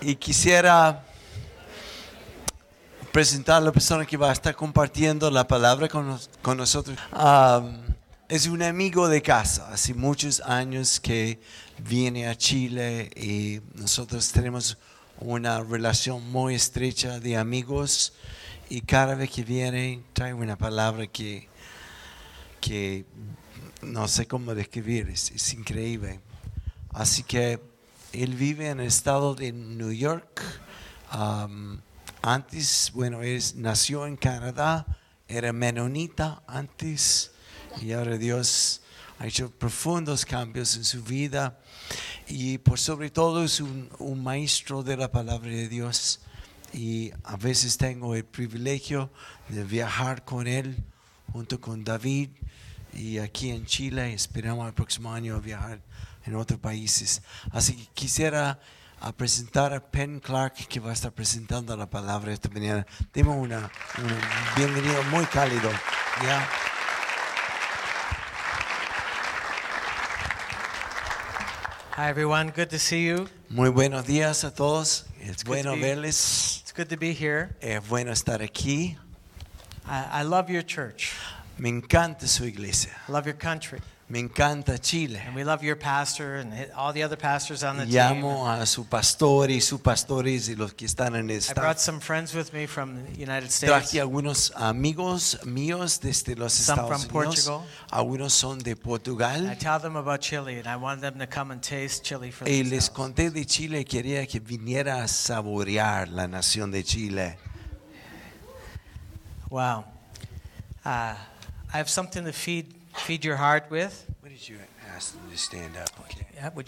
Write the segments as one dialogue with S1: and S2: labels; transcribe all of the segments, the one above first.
S1: y quisiera presentar a la persona que va a estar compartiendo la palabra con, nos- con nosotros. Am, es un amigo de casa, hace muchos años que viene a Chile y nosotros tenemos una relación muy estrecha de amigos y cada vez que viene trae una palabra que, que no sé cómo describir, es, es increíble. Así que él vive en el estado de New York. Am, antes, bueno, es, nació en Canadá, era menonita antes y ahora Dios ha hecho profundos cambios en su vida y por sobre todo es un, un maestro de la palabra de Dios y a veces tengo el privilegio de viajar con él junto con David y aquí en Chile esperamos el próximo año viajar en otros países. Así que quisiera ah, presentar a Penn Clark que va a estar presentando la palabra esta mañana. Demos una, un bienvenido muy cálido. ¿ya?
S2: Hi, everyone. Good to see you.
S1: Muy buenos días a todos. Es
S2: good
S1: bueno
S2: to be-
S1: verles.
S2: It's good to be here.
S1: Es bueno estar aquí.
S2: I, I love your church.
S1: Me encanta su iglesia.
S2: I love your country.
S1: Me encanta Chile.
S2: And we love your pastor and hi- all the other pastors on the team.
S1: Llamo a su pastor y sus pastores y los que están en el
S2: I
S1: staff.
S2: brought some friends with me from the United States.
S1: Traje algunos amigos míos desde los
S2: Some
S1: Estados
S2: from
S1: Unidos.
S2: Portugal.
S1: Algunos son de
S2: I
S1: Portugal.
S2: tell them about Chile, and I want them to come and taste Chile for
S1: Y les
S2: themselves.
S1: conté de Chile, quería que viniera a saborear la nación de Chile.
S2: Wow. Uh, I have something to feed feed your heart with. Yeah, would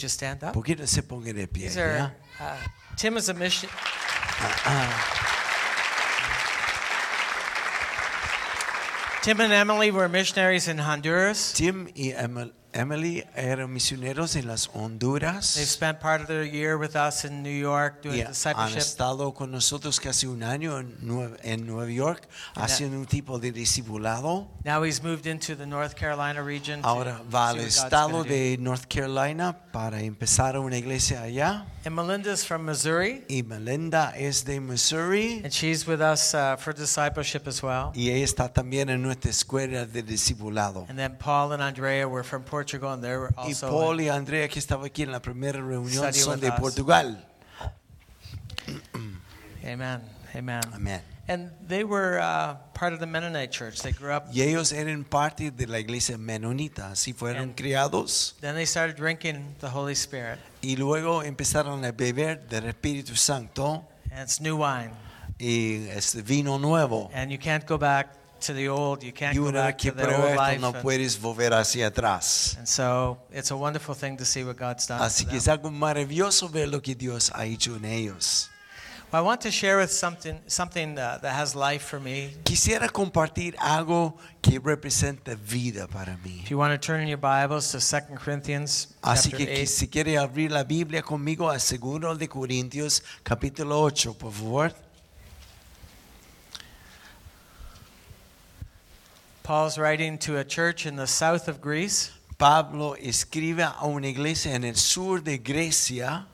S2: you stand up?
S1: ¿Por qué no se pongan de pie?
S2: These
S1: ya?
S2: are. Uh, Tim is a mission.
S1: Uh-uh.
S2: Tim and Emily were missionaries in Honduras.
S1: Tim y Emil- Emily eran misioneros en las
S2: They've
S1: Honduras
S2: spent part of their year with us in New York doing
S1: y han
S2: discipleship.
S1: estado con nosotros casi un año en Nue- en Nueva York haciendo un tipo de discipulado.
S2: Now he's moved into the North Carolina region. to
S1: Ahora va al
S2: see what God's
S1: estado
S2: gonna do.
S1: de North Carolina para empezar una iglesia allá.
S2: And Melinda's from Missouri,
S1: Y Melinda es de Missouri
S2: and she's with us uh, for discipleship as well.
S1: y ella está también en nuestra escuela de discipulado.
S2: And then Paul and Andrea were from Portugal, and they're
S1: Y
S2: also.
S1: Paul y Andrea que estaba aquí en la primera reunión
S2: Study
S1: son
S2: with
S1: de
S2: us.
S1: Portugal.
S2: Amen. Amen.
S1: Amén.
S2: And they were uh, part of the Mennonite church. They grew up.
S1: Y ellos eran parte de la iglesia menonita, así fueron
S2: And-
S1: criados
S2: Then they started drinking the Holy Spirit,
S1: y luego empezaron a beber del Espíritu Santo
S2: and it's new wine.
S1: y es vino nuevo.
S2: And you can't go back to the old. You can't
S1: Y
S2: go
S1: una
S2: back
S1: vez
S2: to
S1: que
S2: the old
S1: pruebas
S2: life.
S1: esto no
S2: and,
S1: puedes volver hacia atrás.
S2: and so it's a wonderful thing to see what God's done.
S1: Así
S2: for
S1: que es
S2: them.
S1: algo maravilloso ver lo que Dios ha hecho en ellos.
S2: Well, I want to share with something something uh, that has life for me.
S1: Quisiera compartir algo que representa vida para mí.
S2: If you want to turn in your Bibles to 2 Corinthians
S1: Así
S2: chapter
S1: que qui-
S2: 8,
S1: si quiere abrir la Biblia conmigo a 2 de Corintios capítulo 8, por favor.
S2: Paul's writing to a church in the south of Greece,
S1: Pablo escribe a una iglesia en el sur de Grecia.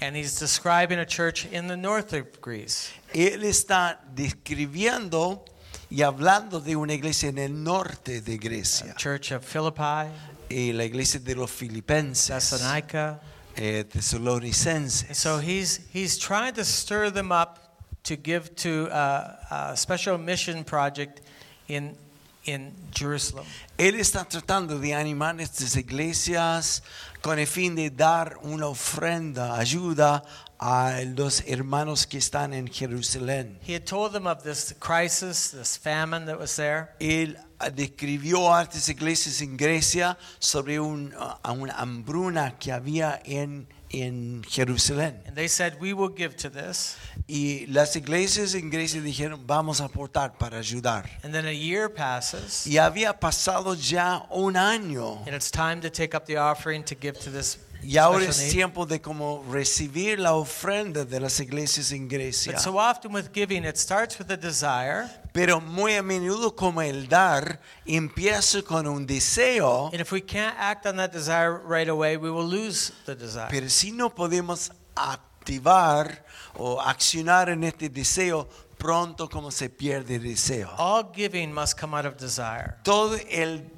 S2: and he's describing a church in the north of Greece.
S1: Él está describiendo y hablando de una iglesia en el norte de Grecia.
S2: Church of Philippi,
S1: Y la iglesia de los filipenses,
S2: Thessalonica.
S1: eh,
S2: And
S1: tesalonicenses.
S2: so he's he's trying to stir them up to give to uh, a special mission project in in Jerusalem.
S1: Él está tratando de animar estas iglesias con el fin de dar una ofrenda, ayuda a los hermanos que están en Jerusalén.
S2: He had told them of this crisis, this famine that was there,
S1: Él describió a estas iglesias en Grecia sobre un- a una hambruna que había en, en Jerusalén.
S2: and they said, "We will give to this."
S1: Y las iglesias en Grecia dijeron, vamos a aportar para ayudar.
S2: And then a year passes,
S1: Y había pasado ya un año.
S2: and it's time to take up the offering to give to this.
S1: Y ahora
S2: special
S1: es
S2: need.
S1: tiempo de como recibir la ofrenda de las iglesias en Grecia.
S2: But so often with giving, it starts with a desire,
S1: Pero muy a menudo como el dar empieza con un deseo,
S2: and if we can't act on that desire right away, we will lose the desire.
S1: pero si no podemos a- activar o accionar en este deseo pronto como se pierde el deseo.
S2: All giving must come out of desire.
S1: Todo el,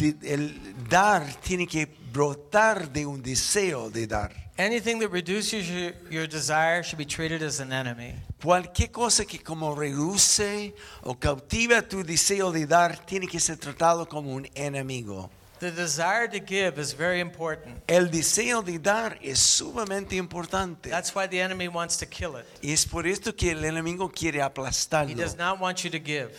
S1: el dar tiene que brotar de un deseo de dar.
S2: Anything that reduces your, your desire should be treated as an enemy.
S1: Cualquier cosa que como reduce o cautiva tu deseo de dar tiene que ser tratado como un enemigo.
S2: The desire to give is very important.
S1: El deseo de dar es sumamente importante.
S2: That's why the enemy wants to kill it.
S1: Y es por esto que el enemigo quiere
S2: He
S1: aplastarlo.
S2: does not want you to give.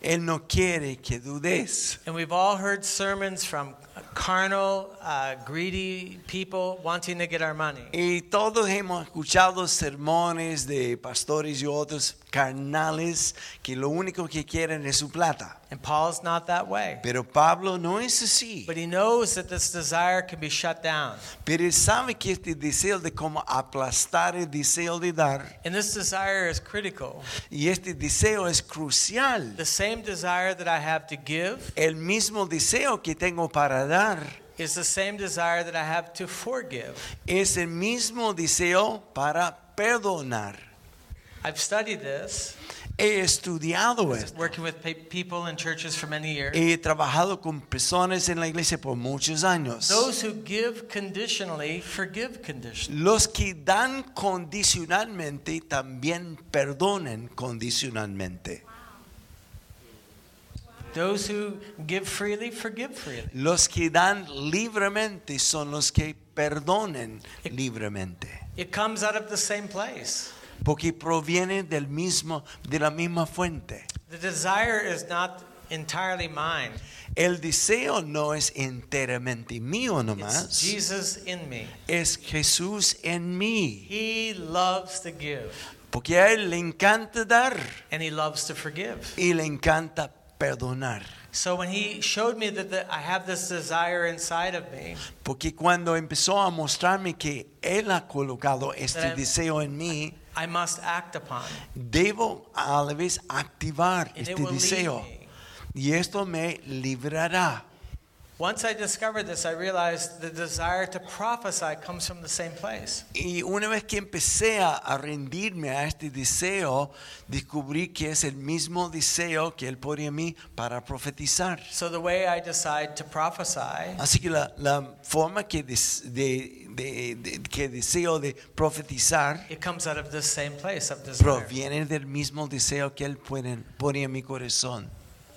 S1: Él no quiere que dudes.
S2: And we've all heard sermons from carnal, uh, greedy people wanting to get our money.
S1: Y todos hemos escuchado sermones de pastores y otros carnales que lo único que quieren es su plata.
S2: And Paul's not that way.
S1: Pero Pablo no es así.
S2: But he knows that this desire can be shut down.
S1: Pero él sabe que este deseo de cómo aplastar el deseo de dar
S2: And this desire is critical.
S1: y este deseo es crucial.
S2: The same desire that I have to give
S1: El mismo deseo que tengo para dar
S2: is the same desire that I have to forgive.
S1: es el mismo deseo para perdonar.
S2: I've studied this,
S1: He estudiado esto.
S2: working with pe- people in churches for many years.
S1: He trabajado con personas en la iglesia por muchos años.
S2: Those who give conditionally forgive conditionally.
S1: Los que dan condicionalmente también perdonan condicionalmente.
S2: Those who give freely forgive freely.
S1: Los que dan libremente son los que perdonan libremente,
S2: It comes out of the same place.
S1: porque proviene del mismo de la misma fuente.
S2: The desire is not entirely mine.
S1: El deseo no es enteramente mío
S2: It's
S1: nomás,
S2: Jesus in me.
S1: es Jesús en mí,
S2: He loves to give
S1: porque a él le encanta dar
S2: and he loves to forgive.
S1: y le encanta perdonar.
S2: So when he showed me that the, I have this desire inside of me,
S1: Porque cuando empezó a mostrarme que Él ha colocado este
S2: Pero-
S1: deseo en mí,
S2: I must act upon.
S1: debo a la vez activar
S2: And it
S1: este
S2: will
S1: deseo.
S2: lead me.
S1: Y esto me librará.
S2: Once I discovered this, I realized the desire to prophesy comes from the same place.
S1: Y una vez que empecé a- a rendirme a este deseo, descubrí que es el mismo deseo que Él pone en mí para profetizar.
S2: So the way I decide to prophesy
S1: Así que la, la forma que, des- de- de- de- que deseo de profetizar
S2: It comes out of this same place of desire.
S1: proviene del mismo deseo que Él pone- pone en mi corazón.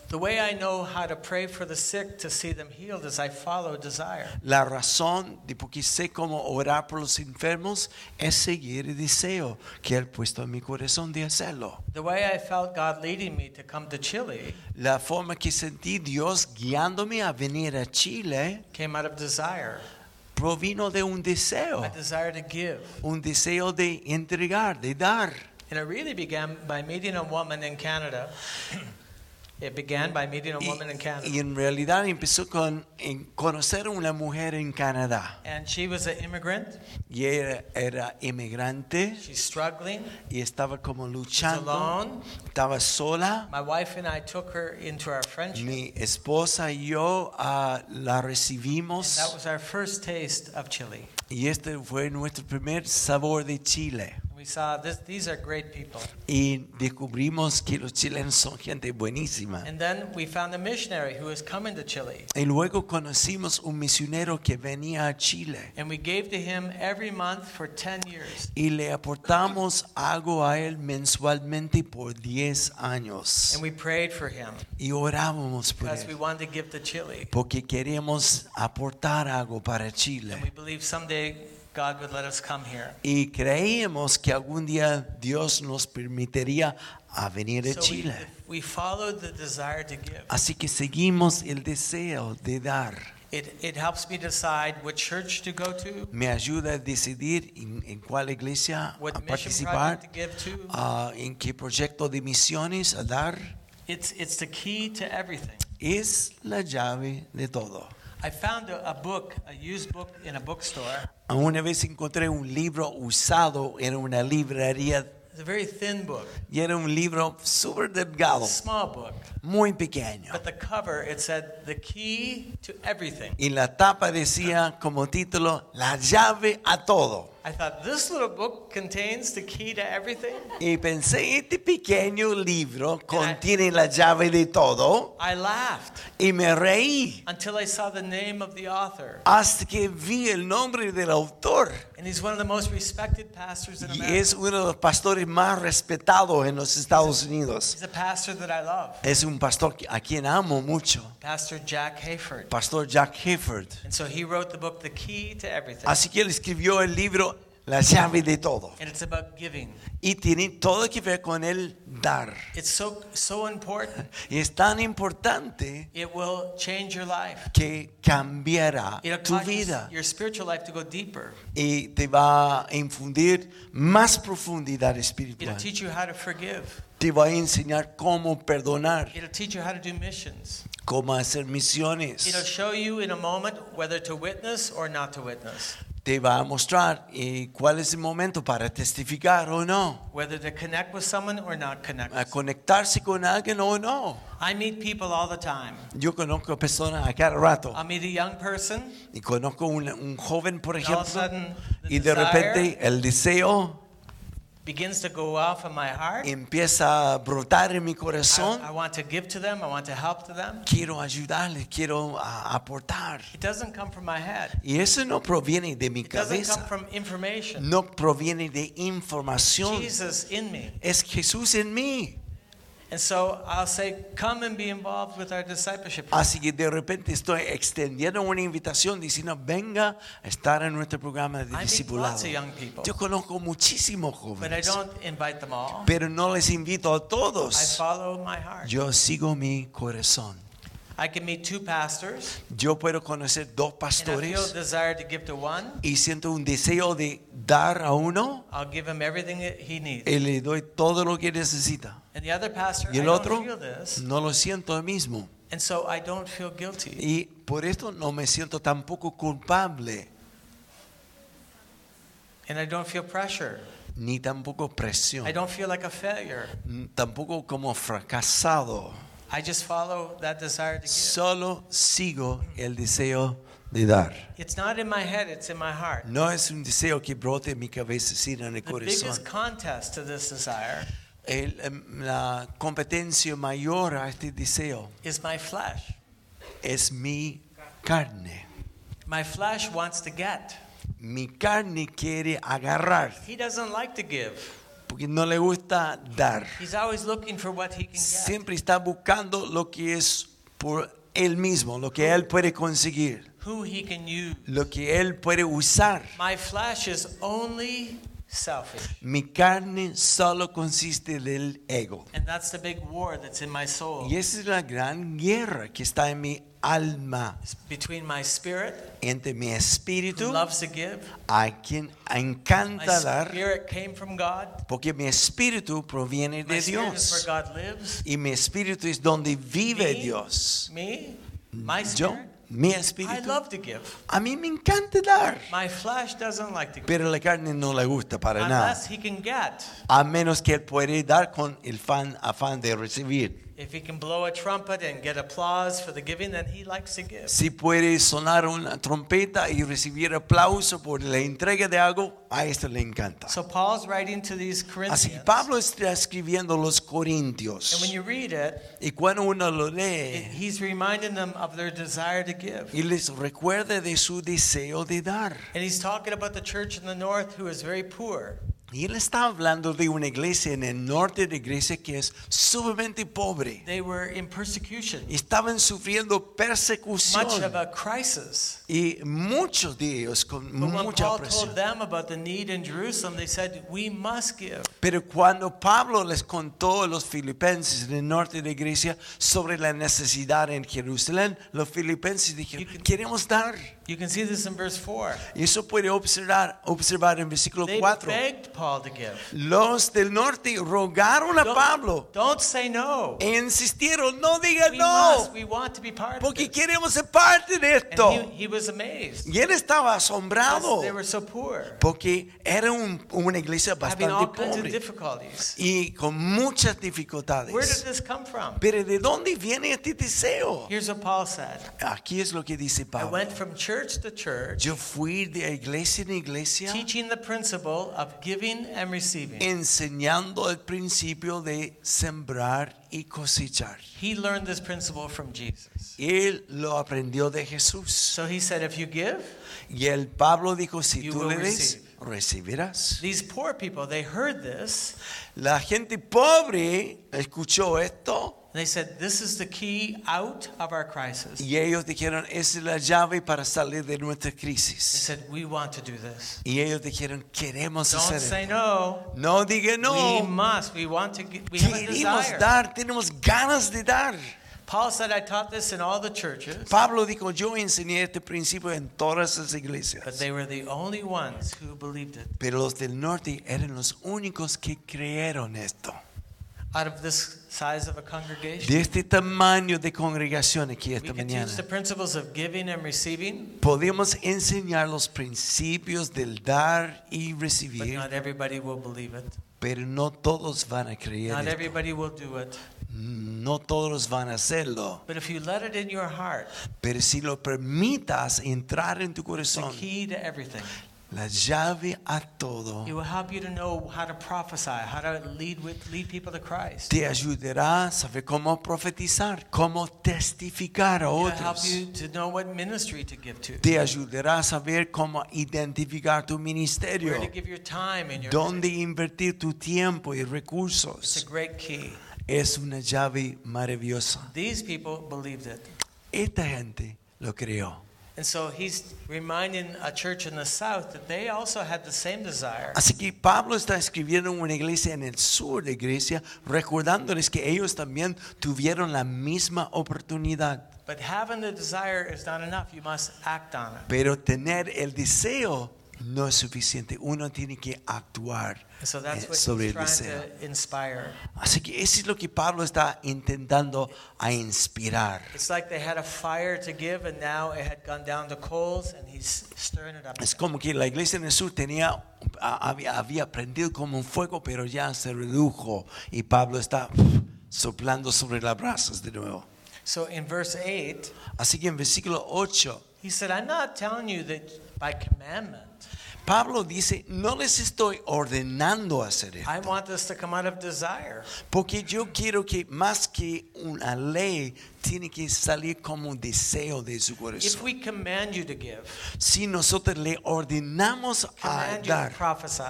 S2: The way I know how to pray for the sick to see them healed is I follow desire.
S1: La razón de por qué sé cómo orar por los enfermos es seguir el deseo que Él ha puesto en mi corazón de hacerlo.
S2: The way I felt God leading me to come to Chile
S1: La forma que sentí Dios guiándome a venir a Chile
S2: came out of desire.
S1: provino de un deseo,
S2: I desire to give.
S1: un deseo de entregar, de dar.
S2: And it really began by meeting a woman in Canada. It began by meeting a
S1: Y,
S2: woman in
S1: y
S2: Canada.
S1: en realidad empezó con en conocer a una mujer en Canadá.
S2: And she was an immigrant.
S1: Y era, era inmigrante
S2: She's struggling.
S1: y estaba como
S2: She's
S1: luchando,
S2: alone.
S1: estaba sola.
S2: My wife and I took her into our friendship.
S1: Mi esposa y yo ah, la
S2: And that
S1: recibimos
S2: was our first taste of Chile.
S1: y este fue nuestro primer sabor de Chile.
S2: We saw this, these are great people.
S1: Y descubrimos que los chilenos son gente buenísima.
S2: And then we found a missionary who was coming to Chile.
S1: Y luego conocimos un misionero que venía a Chile
S2: And we gave to him every month for 10 years.
S1: y le aportamos algo a él mensualmente por 10
S2: And
S1: años.
S2: we prayed for him
S1: Y orábamos por
S2: because we
S1: él
S2: wanted to give to Chile.
S1: porque queríamos aportar algo para
S2: And we
S1: Chile.
S2: believed someday God would let us come here.
S1: Y creíamos que algún día Dios nos permitiría a venir a
S2: So we,
S1: Chile.
S2: we followed the desire to give.
S1: Así que seguimos el deseo de dar.
S2: It, it helps me decide what church to go to,
S1: Me ayuda a decidir en, en cuál iglesia
S2: what
S1: a
S2: mission project to
S1: participar,
S2: give to.
S1: ah, en qué proyecto de misiones a dar.
S2: It's, it's the key to everything.
S1: Es la llave de todo.
S2: I found a, a book, a used book in a bookstore.
S1: Una vez encontré un libro usado en una librería
S2: It's a very thin book,
S1: y era un libro súper delgado,
S2: small book.
S1: muy pequeño.
S2: But the cover, it said, The Key to Everything.
S1: Y la tapa decía como título, la llave a todo.
S2: I thought this little book contains the key to everything.
S1: Y pensé, este pequeño libro contiene la llave de todo.
S2: I laughed
S1: Y me reí
S2: until I saw the name of the author.
S1: hasta que vi el nombre del autor.
S2: And he's one of the most respected pastors in
S1: Y
S2: America.
S1: es uno de los pastores más respetados en los Estados Unidos.
S2: He's a pastor that I love,
S1: Es un pastor que- a quien amo mucho,
S2: Pastor Jack Hayford.
S1: Pastor Jack Hayford.
S2: And so he wrote the book The Key to Everything.
S1: Así que él escribió el libro La llave de todo.
S2: And it's about giving.
S1: Y tiene todo que ver con el dar.
S2: It's so so important.
S1: Y es tan importante
S2: It will change your life.
S1: que cambiará
S2: It'll
S1: tu
S2: cause your-
S1: vida
S2: your spiritual life to go deeper.
S1: y te va a infundir más profundidad
S2: It'll
S1: espiritual.
S2: teach you how to forgive.
S1: Te va a enseñar cómo perdonar,
S2: It'll teach you how to do missions.
S1: cómo hacer
S2: It'll
S1: misiones.
S2: show you in a moment whether to witness or not to witness,
S1: Te va a mostrar eh, cuál es el momento para testificar o no,
S2: whether to connect with someone or not connect.
S1: a
S2: with someone.
S1: conectarse con alguien o no.
S2: I meet people all the time.
S1: Yo conozco personas a cada rato
S2: I'll meet a young person,
S1: y conozco un, un joven, por
S2: and all of a
S1: ejemplo,
S2: sudden, the
S1: y de repente
S2: desire
S1: el deseo
S2: begins to go off in my heart.
S1: empieza a brotar en mi corazón.
S2: I, I want to give to them. I want to help to them.
S1: quiero ayudarles, quiero a- aportar.
S2: It doesn't come from my head.
S1: Y eso no proviene de mi
S2: It doesn't come
S1: cabeza,
S2: from information.
S1: no proviene de información.
S2: Jesus in me.
S1: Es Jesús en mí.
S2: And so I'll say, come and be involved with our discipleship.
S1: Así que de repente estoy extendiendo una invitación diciendo, venga a estar en nuestro programa de
S2: meet
S1: discipulado.
S2: lots of young people.
S1: Yo conozco muchísimos
S2: But I
S1: jóvenes,
S2: don't invite them all.
S1: pero no les invito a
S2: I
S1: todos.
S2: follow my heart.
S1: Yo sigo mi corazón.
S2: I can meet two pastors,
S1: Yo puedo conocer dos
S2: and I feel a
S1: pastores
S2: desire to give to one.
S1: y siento un deseo de dar a uno
S2: I'll give him everything that he needs.
S1: y le doy todo lo que necesita.
S2: And the other pastor,
S1: Y
S2: I
S1: el
S2: don't
S1: otro
S2: feel this,
S1: no lo siento el mismo.
S2: and so I don't feel guilty.
S1: Y por esto no me siento tampoco culpable,
S2: And I don't feel pressure.
S1: ni tampoco presión,
S2: I don't feel like a failure.
S1: n- tampoco como fracasado.
S2: I just follow that desire to give.
S1: Solo sigo el deseo de dar.
S2: It's not in my head, it's in my heart.
S1: No es un deseo que brote en mi cabeza, sino en el
S2: The
S1: corazón.
S2: biggest contest to this desire
S1: El, em, la competencia mayor a este deseo
S2: is my flesh.
S1: es mi carne.
S2: My flesh wants to get.
S1: Mi carne quiere agarrar,
S2: He doesn't like to give.
S1: porque no le gusta dar.
S2: He's always looking for what he can get.
S1: siempre está buscando lo que es por él mismo, lo que él puede conseguir,
S2: Who he can use.
S1: lo que él puede usar.
S2: My flesh is only selfish.
S1: Mi carne solo consiste del ego.
S2: And that's the big war that's in my soul.
S1: Y esa es la gran guerra que está en mi alma,
S2: It's between my spirit,
S1: entre mi
S2: who
S1: espíritu,
S2: loves to give.
S1: a quien
S2: My
S1: encanta dar,
S2: spirit came from God.
S1: porque mi espíritu proviene
S2: My
S1: de
S2: spirit is where
S1: Dios.
S2: God lives.
S1: Y mi espíritu es donde vive
S2: Me,
S1: Dios.
S2: Me, my
S1: Yo,
S2: spirit.
S1: mi
S2: I
S1: espíritu,
S2: love to give.
S1: a mí me encanta dar.
S2: My flesh doesn't like to give.
S1: Pero la carne no le gusta para nada.
S2: Unless he can get.
S1: A menos que él puede dar con el fan, afán de recibir.
S2: If he can blow a trumpet and get applause for the giving, then he likes to give.
S1: Si puede sonar una trompeta y recibir aplauso por la entrega de algo, a esto le encanta.
S2: So Paul's writing to these
S1: Así que
S2: Corinthians.
S1: Pablo está escribiendo los
S2: And when
S1: Corintios.
S2: you read it,
S1: Y cuando uno lo
S2: it-
S1: lee
S2: he's reminding them of their desire to give.
S1: y les recuerda de su deseo de dar.
S2: And he's talking about the church in the north who is very poor.
S1: Y él está hablando de una iglesia en el norte de Grecia que es sumamente pobre.
S2: They were in persecution,
S1: Estaban sufriendo
S2: much
S1: persecución.
S2: of a crisis.
S1: Y muchos de ellos con
S2: But when
S1: mucha
S2: Paul
S1: presión.
S2: told them about the need in Jerusalem, they said, We must give.
S1: Pero cuando Pablo les contó a los filipenses del norte de Grecia sobre la necesidad en Jerusalén, los filipenses dijeron, queremos dar.
S2: You can see this in verse 4.
S1: Y eso puede observar, observar en versículo
S2: They
S1: 4.
S2: begged Paul to give.
S1: Los del norte rogaron a Pablo
S2: Don't say no.
S1: e insistieron, no diga
S2: We
S1: no,
S2: must. We want to be part of
S1: porque
S2: it.
S1: queremos ser parte de
S2: And
S1: esto.
S2: he, he was amazed.
S1: Y él estaba
S2: because
S1: asombrado
S2: They were so poor,
S1: porque era un- una iglesia
S2: having all
S1: bastante
S2: kinds of
S1: pobre
S2: difficulties.
S1: y con muchas
S2: Where did
S1: dificultades.
S2: this come from?
S1: Pero ¿de dónde viene este deseo?
S2: Here's what Paul said.
S1: Aquí es lo que dice
S2: I
S1: Pablo.
S2: went from church to church,
S1: Yo fui de iglesia en iglesia
S2: teaching the principle of giving and receiving.
S1: enseñando el principio de sembrar y cosechar.
S2: He learned this principle from Jesus.
S1: Él lo aprendió de Jesús.
S2: So he said, if you give,
S1: Y el Pablo dijo, si
S2: You
S1: tú
S2: will
S1: le des, recibirás.
S2: these poor people, they heard this,
S1: La gente pobre escuchó esto
S2: and they said, this is the key out of our crisis. They
S1: y ellos dijeron, esa es la llave para salir de nuestra crisis.
S2: said, we want to do this.
S1: Y ellos dijeron, queremos
S2: Don't
S1: hacer
S2: say
S1: esto.
S2: no.
S1: No diga
S2: We
S1: no.
S2: must. We want to. Get, we have a
S1: Queremos
S2: desire.
S1: dar, tenemos ganas de dar.
S2: Paul said, I taught this in all the churches,
S1: Pablo dijo, yo enseñé este principio en todas las
S2: but
S1: iglesias.
S2: they were the only ones who believed it.
S1: Pero los del norte eran los únicos que creyeron esto.
S2: Out of this size of a congregation,
S1: De este tamaño de congregación aquí
S2: we
S1: esta
S2: can
S1: mañana,
S2: teach the principles of giving and receiving,
S1: podemos enseñar los principios del dar y
S2: but
S1: recibir,
S2: not everybody will believe it.
S1: pero no todos van a
S2: Not
S1: creer. esto.
S2: everybody will do it.
S1: No todos van a hacerlo.
S2: But if you let it in your heart,
S1: Pero si lo permitas entrar en tu
S2: it's the
S1: corazón,
S2: key to everything.
S1: la llave a
S2: It
S1: todo,
S2: will help you to know how to prophesy, how to lead with lead people to Christ.
S1: te ayudará a saber cómo profetizar, cómo testificar a
S2: It will help
S1: otros.
S2: you to know what ministry to give to,
S1: te ayudará a saber cómo identificar tu ministerio,
S2: where to give your time and your.
S1: dónde invertir tu tiempo y
S2: It's a
S1: recursos.
S2: great key.
S1: Es una llave maravillosa.
S2: These people believed it.
S1: Esta gente lo creó.
S2: And so he's reminding a church in the south that they also had the same desire.
S1: Así que Pablo está escribiendo en una iglesia en el sur de Grecia, recordándoles que ellos también tuvieron la misma oportunidad.
S2: But having the desire is not enough. You must act on it.
S1: Pero tener el deseo no es suficiente. Uno tiene que actuar
S2: And so
S1: eh,
S2: that's what
S1: sobre
S2: he's
S1: el
S2: trying
S1: deseo.
S2: to inspire.
S1: Así que eso es lo que Pablo está intentando a inspirar.
S2: It's like they had a fire to give, and now it had gone down to coals, and he's stirring it up.
S1: Es como que la iglesia en el sur tenía, a- había, había prendido como un fuego, pero ya se redujo y Pablo está uf, soplando sobre las brasas de nuevo.
S2: So in verse 8,
S1: Así que en versículo 8,
S2: he said, I'm not telling you that by commandment.
S1: Pablo dice, no les estoy ordenando hacer
S2: I
S1: esto,
S2: want this to come out of desire.
S1: porque yo quiero que más que una ley, tiene que salir como un deseo de su
S2: If
S1: corazón.
S2: we command you to give,
S1: Si nosotros le ordenamos a
S2: command you to
S1: dar,
S2: prophesy,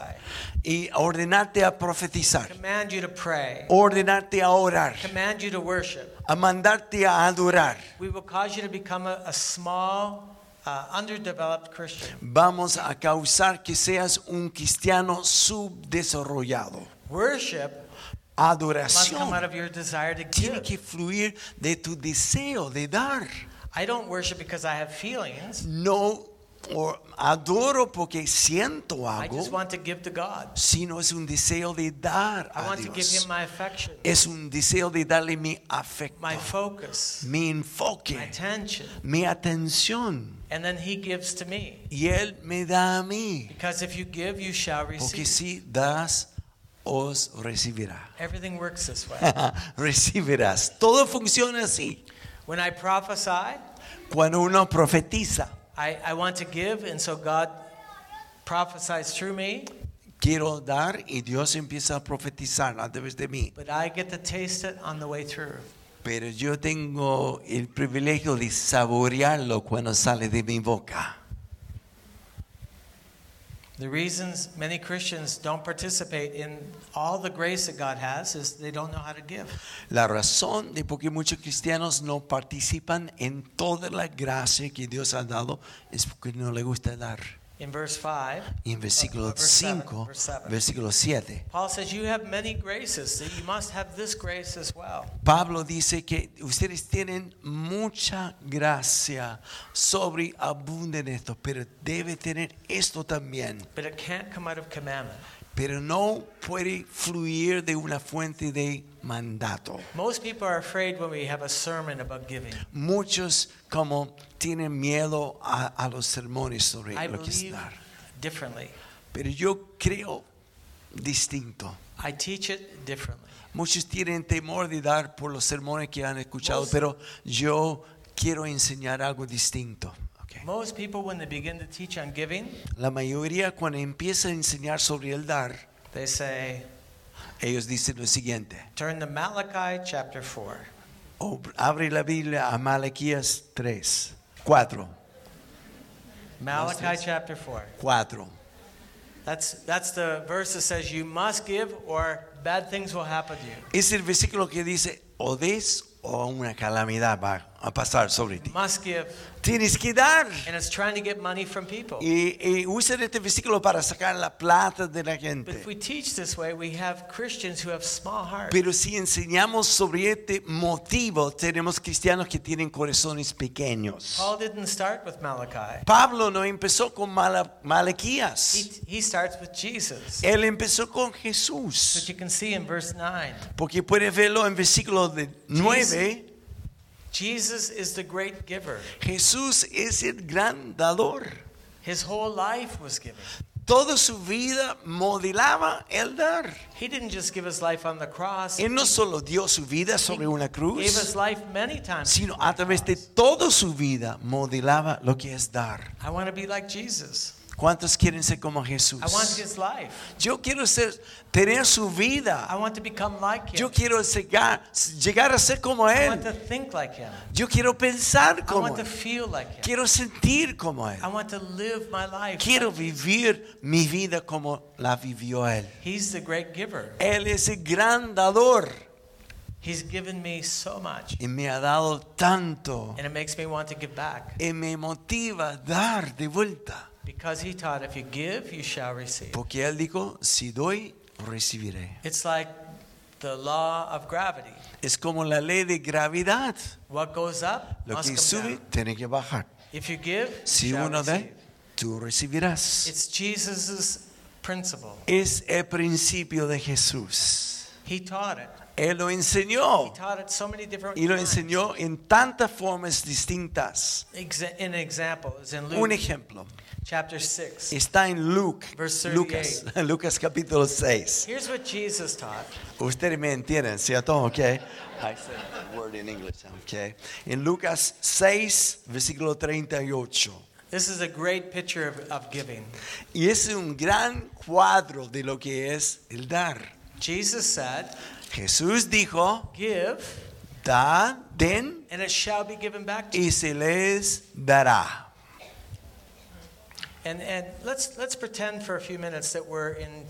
S1: y ordenarte a profetizar,
S2: command you to pray,
S1: ordenarte a orar,
S2: command you to worship,
S1: a mandarte a adorar.
S2: We will cause you to become a, a small, uh, underdeveloped Christian.
S1: Vamos a causar que seas un cristiano subdesarrollado.
S2: Worship must come out
S1: Adoración
S2: of your desire to
S1: tiene
S2: give.
S1: que fluir de tu deseo de dar.
S2: I don't worship because I have feelings.
S1: No o- adoro porque siento
S2: I just
S1: algo,
S2: want to give to God.
S1: sino es un deseo de dar
S2: I
S1: a
S2: want to give
S1: Dios.
S2: Him my affection,
S1: Es un deseo de darle mi afecto,
S2: my focus,
S1: mi
S2: my
S1: enfoque,
S2: attention.
S1: mi atención.
S2: And then He gives to me.
S1: Y Él me da a mí.
S2: Because if you give, you shall
S1: Porque
S2: receive.
S1: si das, os recibirá.
S2: Everything works this way.
S1: Recibirás. Todo funciona así.
S2: When I prophesy, I,
S1: Cuando uno profetiza,
S2: I want to give, and so God prophesies through me,
S1: quiero dar y Dios empieza a profetizar a través de mí.
S2: but I get to taste it on the way through.
S1: Pero yo tengo el privilegio de saborearlo cuando sale de mi boca.
S2: The reasons many Christians don't participate in all the grace that God has is they don't know how to give.
S1: La razón de por qué muchos cristianos no participan en toda la gracia que Dios ha dado es porque no le gusta dar.
S2: In verse 5,
S1: Y en versículo
S2: Verse seven,
S1: 5,
S2: verse seven.
S1: versículo 7.
S2: Paul says, You have many graces, that you must have this grace as well.
S1: Pablo dice que ustedes tienen mucha gracia sobre abunden esto, pero debe tener esto también.
S2: But it can't come out of commandment.
S1: pero no puede fluir de una fuente de mandato.
S2: Most people are afraid when we have a sermon about giving.
S1: Muchos como tienen miedo a, a los sermones sobre
S2: I
S1: lo que es
S2: believe
S1: dar.
S2: differently.
S1: Pero yo creo distinto.
S2: I teach it differently.
S1: Muchos tienen temor de dar por los sermones que han escuchado, pero yo quiero enseñar algo distinto. Ok.
S2: Most people, when they begin to teach on giving,
S1: La mayoría cuando empieza a enseñar sobre el dar,
S2: they say,
S1: ellos dicen lo siguiente.
S2: turn to Malachi chapter 4.
S1: O- abre la Biblia a Malaquías 3, 4,
S2: Malachi chapter 4.
S1: 4.
S2: That's, that's the verse that says, you must give or bad things will happen to you.
S1: Es el versículo que dice, o des o una calamidad va a pasar sobre ti.
S2: Must give.
S1: Tienes que dar.
S2: And it's trying to get money from people.
S1: Y, y usan este versículo para sacar la plata de la
S2: But if
S1: gente.
S2: we teach this way, we have Christians who have small hearts.
S1: Pero si enseñamos sobre este motivo, tenemos cristianos que tienen corazones pequeños.
S2: Paul didn't start with Malachi.
S1: Pablo no empezó con Mala-
S2: He,
S1: Malaquías.
S2: he starts with Jesus,
S1: Él empezó con Jesús.
S2: which you can see in verse 9.
S1: Porque puedes verlo en versículo de 9.
S2: Jesus is the great giver.
S1: Jesús es el gran dador.
S2: His whole life was giving.
S1: Toda su vida modelaba el dar.
S2: He didn't just give his life on the cross. He
S1: Él no solo dio su vida sobre una
S2: gave
S1: cruz,
S2: his life many times.
S1: sino a través de toda su vida modelaba lo que es dar.
S2: I want to be like Jesus.
S1: ¿Cuántos quieren ser como Jesús?
S2: I want his life.
S1: Yo quiero ser, tener su
S2: I
S1: vida.
S2: want to become like him.
S1: Yo quiero llegar, llegar a ser como
S2: I want
S1: Él.
S2: to think like him.
S1: Yo quiero pensar
S2: I
S1: como
S2: want to
S1: Él.
S2: feel like him.
S1: Quiero sentir como Él.
S2: I want to live my life.
S1: Quiero vivir mi vida como la vivió Él.
S2: He's the great giver.
S1: Él es el gran dador
S2: He's given me so much,
S1: y me ha dado tanto.
S2: and it makes me want to give back
S1: Y me motiva a dar de vuelta.
S2: because he taught if you give, you shall receive.
S1: Porque Él dijo, si doy, recibiré.
S2: It's like the law of gravity.
S1: Es como la ley de gravedad.
S2: What goes up
S1: Lo que
S2: must come
S1: sube
S2: down.
S1: tiene que bajar.
S2: If you give,
S1: Si
S2: you shall
S1: uno da,
S2: receive.
S1: tú recibirás.
S2: It's Jesus' principle.
S1: Es el principio de Jesús.
S2: He taught it.
S1: Él lo
S2: He
S1: enseñó
S2: taught it so many different
S1: Oh. y lo
S2: times.
S1: enseñó en tantas formas distintas.
S2: Exa- an example is in Luke
S1: Un ejemplo
S2: chapter 6.
S1: está en Luke,
S2: Verse 38.
S1: Lucas, Lucas capítulo 6.
S2: Here's what Jesus taught.
S1: Ustedes me entienden, ¿cierto? Ok. I said the word in English, ok. En Lucas 6, versículo 38.
S2: This is a great picture of, of giving.
S1: Y es un gran cuadro de lo que es el dar.
S2: Jesus said,
S1: Jesús dijo,
S2: Give,
S1: da, den
S2: and it shall be given back to you.
S1: y se les dará.
S2: And, and let's, let's pretend for a few minutes that we're in,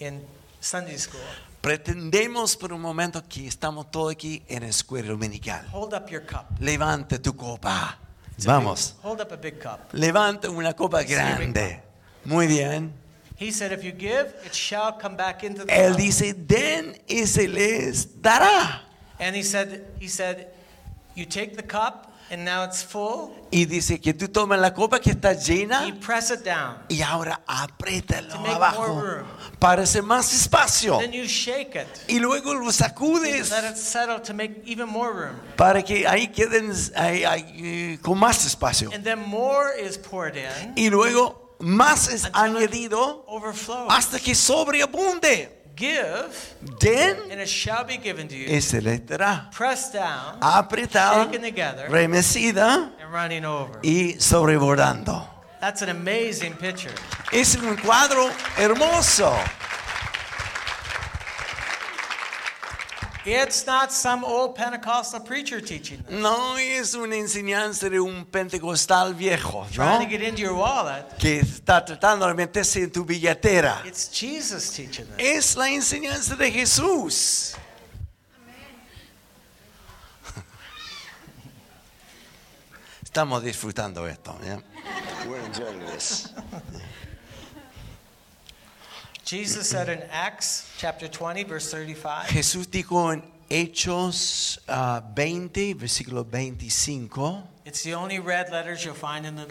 S2: in Sunday school.
S1: Pretendemos por un momento que estamos todos aquí en la escuela dominical.
S2: Hold up your cup.
S1: Levanta tu copa.
S2: It's a big-
S1: Vamos.
S2: hold up a big cup.
S1: Levanta una copa
S2: It's a big
S1: grande. Muy bien.
S2: He said, if you give, it shall come back into the
S1: Él
S2: cup.
S1: dice, den y se les dará.
S2: And he said, he said, you take the cup, and now it's full.
S1: Y dice que tú tomas la copa que está
S2: You
S1: llena
S2: press it down.
S1: y ahora apriétalo
S2: To make
S1: abajo
S2: more room.
S1: para hacer más espacio.
S2: Then you shake it.
S1: Y luego lo
S2: You
S1: sacudes
S2: let it settle to make even more room.
S1: para que ahí queden ahí- ahí, eh, con más espacio.
S2: And then more is poured in.
S1: Y luego más es
S2: Until it
S1: añadido
S2: Overflow.
S1: hasta que sobreabunde.
S2: Give,
S1: Den
S2: and it shall be given to you.
S1: y se les dará.
S2: Press down,
S1: Apretada,
S2: Shaken together.
S1: remecida
S2: and running over.
S1: y sobrebordando.
S2: That's an amazing picture.
S1: Es un cuadro hermoso.
S2: It's not some old Pentecostal preacher teaching this.
S1: No es una enseñanza de un pentecostal viejo,
S2: Trying to
S1: ¿no?
S2: get into your wallet.
S1: Que está tratando de meterse en tu billetera.
S2: It's Jesus teaching this.
S1: Es la enseñanza de Jesús. Estamos disfrutando esto. ¿ya?
S2: Jesus said in Acts chapter 20, verse 35,
S1: Jesús dijo en Hechos ah, 20, versículo 25.
S2: it's the only red letters you'll find in the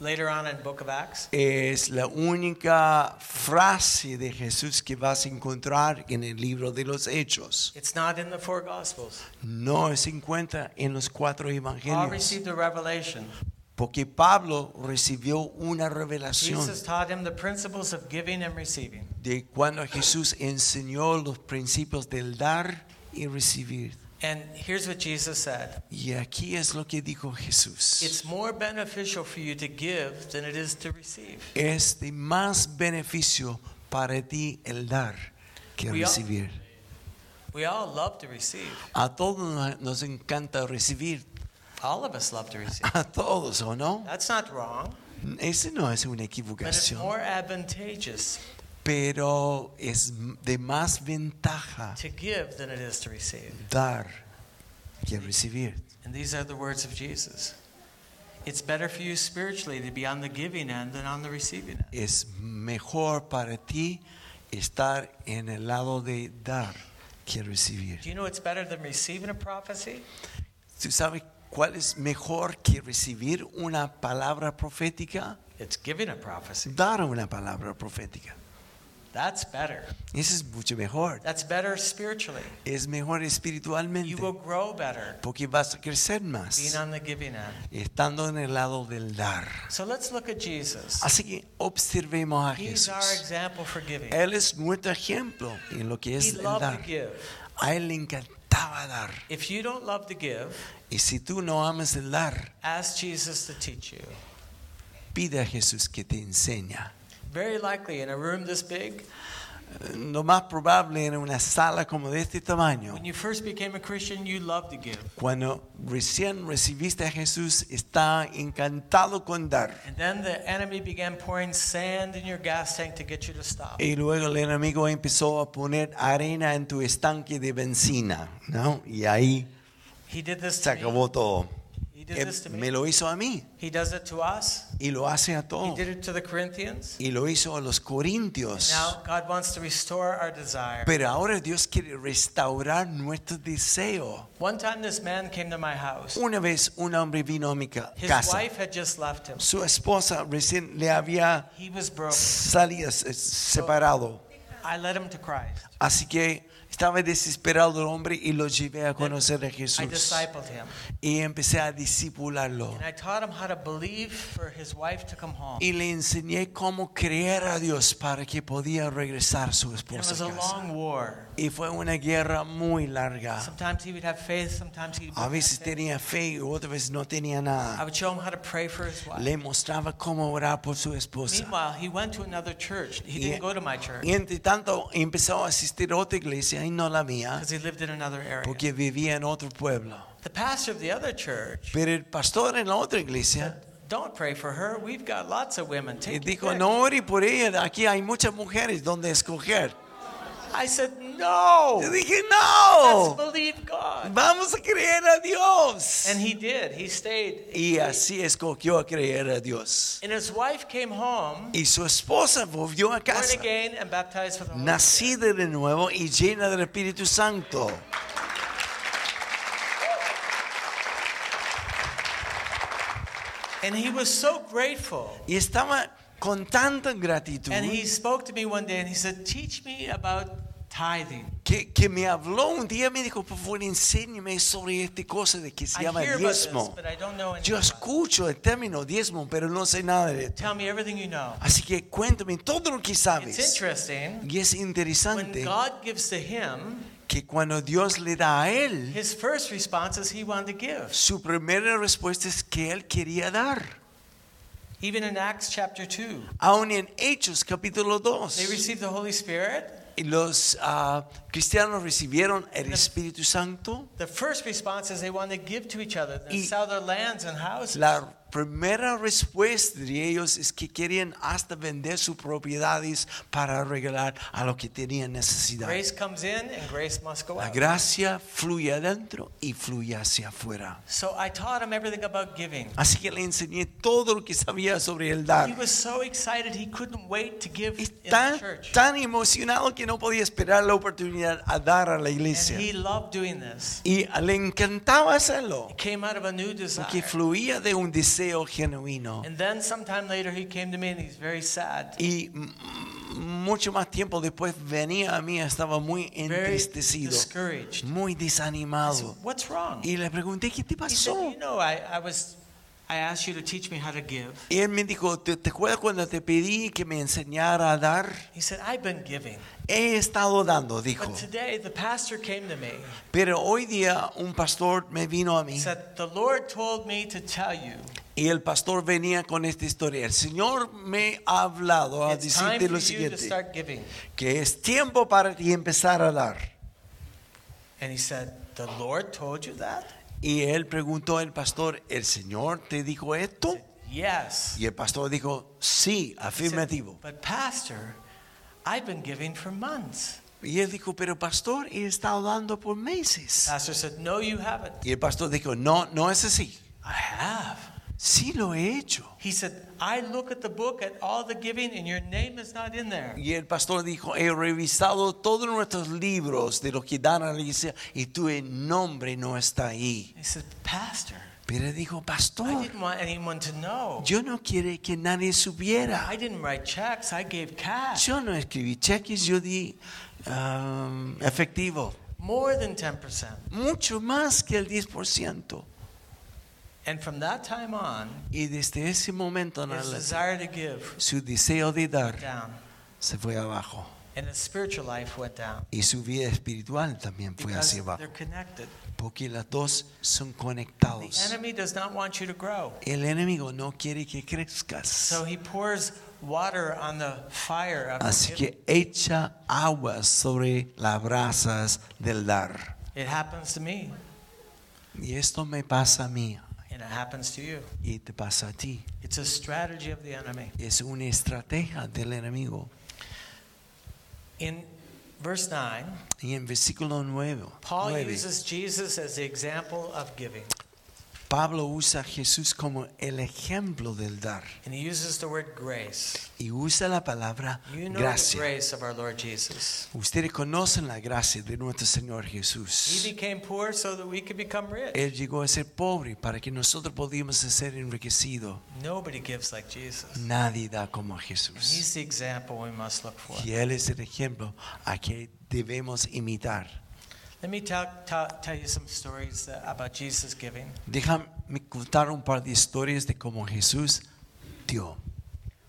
S2: later on in Book of Acts.
S1: Es la única frase de Jesús que vas a encontrar en el libro de los Hechos.
S2: It's not in the four Gospels.
S1: No se encuentra en los cuatro
S2: Paul
S1: evangelios.
S2: received a revelation.
S1: Porque Pablo recibió una revelación
S2: Jesus taught him the principles of giving and receiving.
S1: de cuando Jesús enseñó los principios del dar y recibir.
S2: And here's what Jesus said
S1: Y aquí es lo que dijo Jesús.
S2: It's more beneficial for you to give than it is to receive.
S1: Es de más beneficio para ti el dar que
S2: We all-
S1: recibir.
S2: We all love to receive.
S1: A todos nos- nos encanta recibir,
S2: All of us love to receive.
S1: a todos, ¿o no?
S2: That's not wrong,
S1: Ese no es una
S2: but it's
S1: equivocación,
S2: more advantageous
S1: pero es de más ventaja
S2: to give than it is to receive.
S1: dar que recibir.
S2: And these are the words of Jesus. It's better for you spiritually to be on the giving end than on the receiving end.
S1: Es mejor para ti estar en el lado de dar que recibir.
S2: Do you know it's better than receiving a prophecy?
S1: ¿Tú sabes cuál es mejor que recibir una palabra profética?
S2: It's giving a prophecy.
S1: Dar una palabra profética.
S2: That's better.
S1: Eso es mucho mejor.
S2: That's better spiritually.
S1: Es mejor
S2: You
S1: espiritualmente
S2: will grow better
S1: porque vas a crecer
S2: being
S1: más
S2: on the giving end.
S1: estando en el lado del dar.
S2: So let's look at Jesus.
S1: Así que observemos a
S2: He's our
S1: Jesús.
S2: example for giving.
S1: Él es nuestro ejemplo en lo que es
S2: He
S1: el
S2: loved
S1: dar.
S2: to give.
S1: A Él le encantaba dar.
S2: If you don't love to give,
S1: Y si tú no amas el dar,
S2: ask Jesus to teach you.
S1: pide a Jesús que te enseña.
S2: Very likely in a room this big,
S1: Lo más probable en una sala como de este tamaño,
S2: when you first became a Christian, you loved to give.
S1: cuando recién recibiste a Jesús, está encantado con dar.
S2: And then the enemy began pouring sand in your gas tank to get you to stop.
S1: Y luego el enemigo empezó a poner arena en tu estanque de benzina, ¿no? Y ahí
S2: He did this
S1: se
S2: to me.
S1: acabó todo.
S2: He did
S1: Eh,
S2: this to me.
S1: Me lo hizo a mí
S2: He does it to us.
S1: y lo hace a
S2: He
S1: todos.
S2: did it to the Corinthians.
S1: Y lo hizo a los corintios.
S2: Now God wants to restore our desire.
S1: Pero ahora Dios quiere restaurar nuestro deseo.
S2: One time this man came to my house.
S1: Una vez un hombre vino a mi ca-
S2: His
S1: casa.
S2: wife had just left him.
S1: Su esposa recién le había
S2: He was broke.
S1: salido, se- separado.
S2: I led him to Christ.
S1: Así que estaba desesperado el hombre y lo llevé a
S2: Then
S1: conocer a
S2: I
S1: Jesús.
S2: discipled him.
S1: Y empecé a discipularlo.
S2: And I taught him how to believe for his wife to come home.
S1: Y le enseñé cómo creer a Dios para que podía regresar su
S2: And it
S1: esposa
S2: was
S1: a
S2: a
S1: casa.
S2: long war.
S1: Y fue una guerra muy larga.
S2: Sometimes he would have faith, sometimes he would
S1: A veces
S2: have faith.
S1: tenía fe y otras veces no tenía
S2: I
S1: nada.
S2: would show him how to pray for his wife.
S1: Le mostraba cómo orar por su esposa.
S2: Meanwhile, he went to another church. He
S1: Yeah.
S2: didn't go to my church
S1: Y entre tanto empezó a asistir a otra iglesia y no la mía,
S2: because he lived in another area.
S1: porque vivía en otro pueblo.
S2: The pastor of the other church
S1: Pero el pastor en la otra iglesia
S2: said, Don't pray for her. We've got lots of women.
S1: eh,
S2: Take your
S1: dijo,
S2: pick."
S1: no ore por ella, aquí hay muchas mujeres donde escoger.
S2: I said,
S1: Yo
S2: No.
S1: dije,
S2: Let's
S1: no,
S2: believe God.
S1: vamos a creer a Dios.
S2: And he did. He stayed.
S1: Y así escogió a creer a Dios.
S2: And his wife came home,
S1: Y su esposa volvió a
S2: born
S1: casa,
S2: again, and baptized with the Holy Spirit.
S1: nacida de nuevo y llena del Espíritu Santo.
S2: And he was so grateful.
S1: Y estaba con tanta gratitud.
S2: And he spoke to me one day and he said, Teach me about tithing.
S1: que, que me habló un día, me dijo, por favor, enséñeme sobre esta cosa de que se
S2: I
S1: llama
S2: hear about this,
S1: diezmo.
S2: but I don't know anything.
S1: Yo
S2: about it.
S1: escucho el término diezmo, pero no sé nada de esto.
S2: Tell me everything you know.
S1: Así que cuéntame todo lo que
S2: It's
S1: sabes.
S2: interesting.
S1: Y es
S2: When
S1: interesante
S2: God gives to him,
S1: que cuando Dios le da a él,
S2: his first response is he wanted to give.
S1: su primera respuesta es que él quería dar.
S2: Even in Acts chapter 2,
S1: Aún en Hechos capítulo
S2: they
S1: 2,
S2: received the Holy Spirit.
S1: y los ah, cristianos recibieron el Espíritu Santo.
S2: The first response is they wanted to give to each other, then
S1: Y-
S2: sell their lands and houses.
S1: La primera respuesta de ellos es que querían hasta vender sus propiedades para regalar a los que tenían necesidad.
S2: Grace comes in and grace must go
S1: La
S2: out.
S1: gracia fluye adentro y fluye hacia afuera.
S2: So I taught him everything about giving.
S1: Así que le enseñé todo lo que sabía sobre el
S2: He
S1: dar.
S2: was so excited he couldn't wait to give in the
S1: Está
S2: church.
S1: tan emocionado que no podía esperar la oportunidad a dar a la iglesia.
S2: And he loved doing this.
S1: Y le encantaba hacerlo,
S2: It came out of a new desire.
S1: porque fluía de un deseo genuino.
S2: And then sometime later he came to me and he's very sad.
S1: Y m- mucho más tiempo después venía a mí, estaba muy
S2: Very
S1: entristecido,
S2: discouraged.
S1: muy
S2: I said,
S1: desanimado.
S2: What's wrong?
S1: Y le pregunté, ¿qué te
S2: He said,
S1: pasó?
S2: you know, I, I was I asked you to teach me how to give.
S1: Y él me dijo, ¿te, te acuerdas cuando te pedí que me enseñara a dar?
S2: He said, I've been giving.
S1: He estado dando, dijo.
S2: But today the pastor came to me
S1: Pero hoy día un pastor me vino a
S2: He
S1: mí
S2: said, The Lord told me to tell you
S1: y el pastor venía con esta historia. El Señor me ha hablado a
S2: it's time
S1: decirte
S2: for
S1: lo
S2: you to
S1: siguiente,
S2: start giving.
S1: que es tiempo para ti empezar a dar.
S2: And he said, The Lord told you that?
S1: Y él preguntó al pastor, ¿el Señor te dijo esto?
S2: Yes.
S1: Y el pastor dijo, sí,
S2: He said,
S1: afirmativo.
S2: but pastor, I've been giving for months.
S1: Y él dijo, pero pastor, he estado dando por meses.
S2: Pastor said, No, you haven't.
S1: Y el pastor dijo, no, no es así.
S2: I have.
S1: Sí lo he hecho.
S2: He said, I look at the book at all the giving and your name is not in there.
S1: Y el pastor dijo, he revisado todos nuestros libros de lo que dan a la iglesia y tu nombre no está ahí.
S2: He said, Pastor,
S1: Pero él dijo,
S2: I
S1: pastor,
S2: didn't want anyone to know.
S1: yo no quiere que nadie supiera.
S2: I didn't write checks, I gave cash.
S1: Yo no escribí cheques, yo di um, efectivo.
S2: More than 10%.
S1: mucho más que el 10%.
S2: And from that time on,
S1: Y desde ese momento en
S2: his
S1: adelante,
S2: desire to give
S1: su deseo de dar
S2: down,
S1: se fue abajo
S2: and his spiritual life went down
S1: y su vida espiritual también fue
S2: because
S1: hacia
S2: they're
S1: abajo,
S2: connected.
S1: porque las dos son
S2: The
S1: conectados.
S2: enemy does not want you to grow,
S1: El enemigo no quiere que crezcas,
S2: so he pours water on the fire of
S1: así
S2: forgiveness.
S1: que echa agua sobre las brasas del dar.
S2: It happens to me,
S1: Y esto me pasa a mí
S2: and it happens to you.
S1: y te pasa a ti.
S2: It's a strategy of the enemy.
S1: Es una estrategia del enemigo.
S2: In verse nine,
S1: Y en versículo 9,
S2: Paul uses Jesus as the example of giving,
S1: Pablo usa a Jesús como el ejemplo del dar
S2: and he uses the word grace.
S1: y usa la palabra
S2: You know the
S1: gracia.
S2: grace of our Lord Jesus.
S1: Ustedes conocen la gracia de nuestro Señor
S2: He
S1: Jesús.
S2: became poor so that we could become rich.
S1: Él llegó a ser pobre para que nosotros podíamos ser enriquecidos.
S2: Nobody gives like Jesus.
S1: Nadie da como
S2: And
S1: Jesús.
S2: He's the example we must look for.
S1: Y Él es el ejemplo a que debemos imitar.
S2: Let me tell, tell, tell you some stories that, about Jesus giving.
S1: Déjame contar un par de historias de cómo Jesús dio.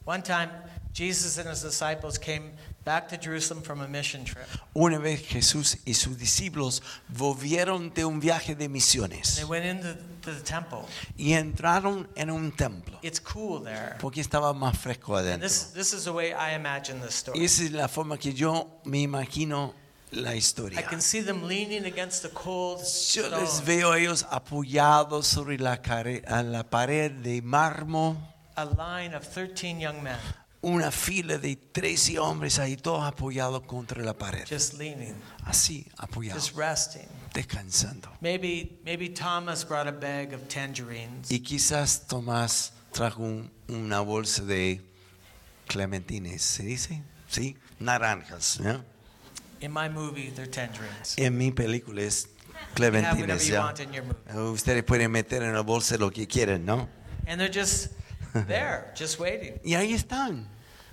S2: One time, Jesus and his disciples came back to Jerusalem from a mission trip.
S1: Una vez Jesús y sus discípulos volvieron de un viaje de misiones.
S2: They went into the, the temple.
S1: y entraron en un templo
S2: It's cool there.
S1: porque estaba más fresco adentro.
S2: This, this is the way I imagine this
S1: Y
S2: story.
S1: esa es la forma que yo me imagino la
S2: I
S1: historia.
S2: can see them leaning against the cold
S1: Yo les
S2: stone,
S1: veo a ellos apoyados sobre la, care- a la pared de mármol,
S2: a line of 13 young men
S1: una fila de 13 hombres ahí todos apoyados contra la pared,
S2: just leaning,
S1: así apoyados,
S2: just resting.
S1: descansando.
S2: Maybe, maybe Thomas brought a bag of tangerines.
S1: Y quizás Tomás trajo un- una bolsa de clementines, ¿se dice? Sí, naranjas. ¿no?
S2: In my movie, they're tangerines.
S1: En mi película es
S2: You can have whatever
S1: clementines,
S2: you
S1: ¿ya?
S2: want in your movie.
S1: Ustedes pueden meter en la bolsa lo que quieren, ¿no?
S2: And they're just there, just waiting.
S1: Y ahí están.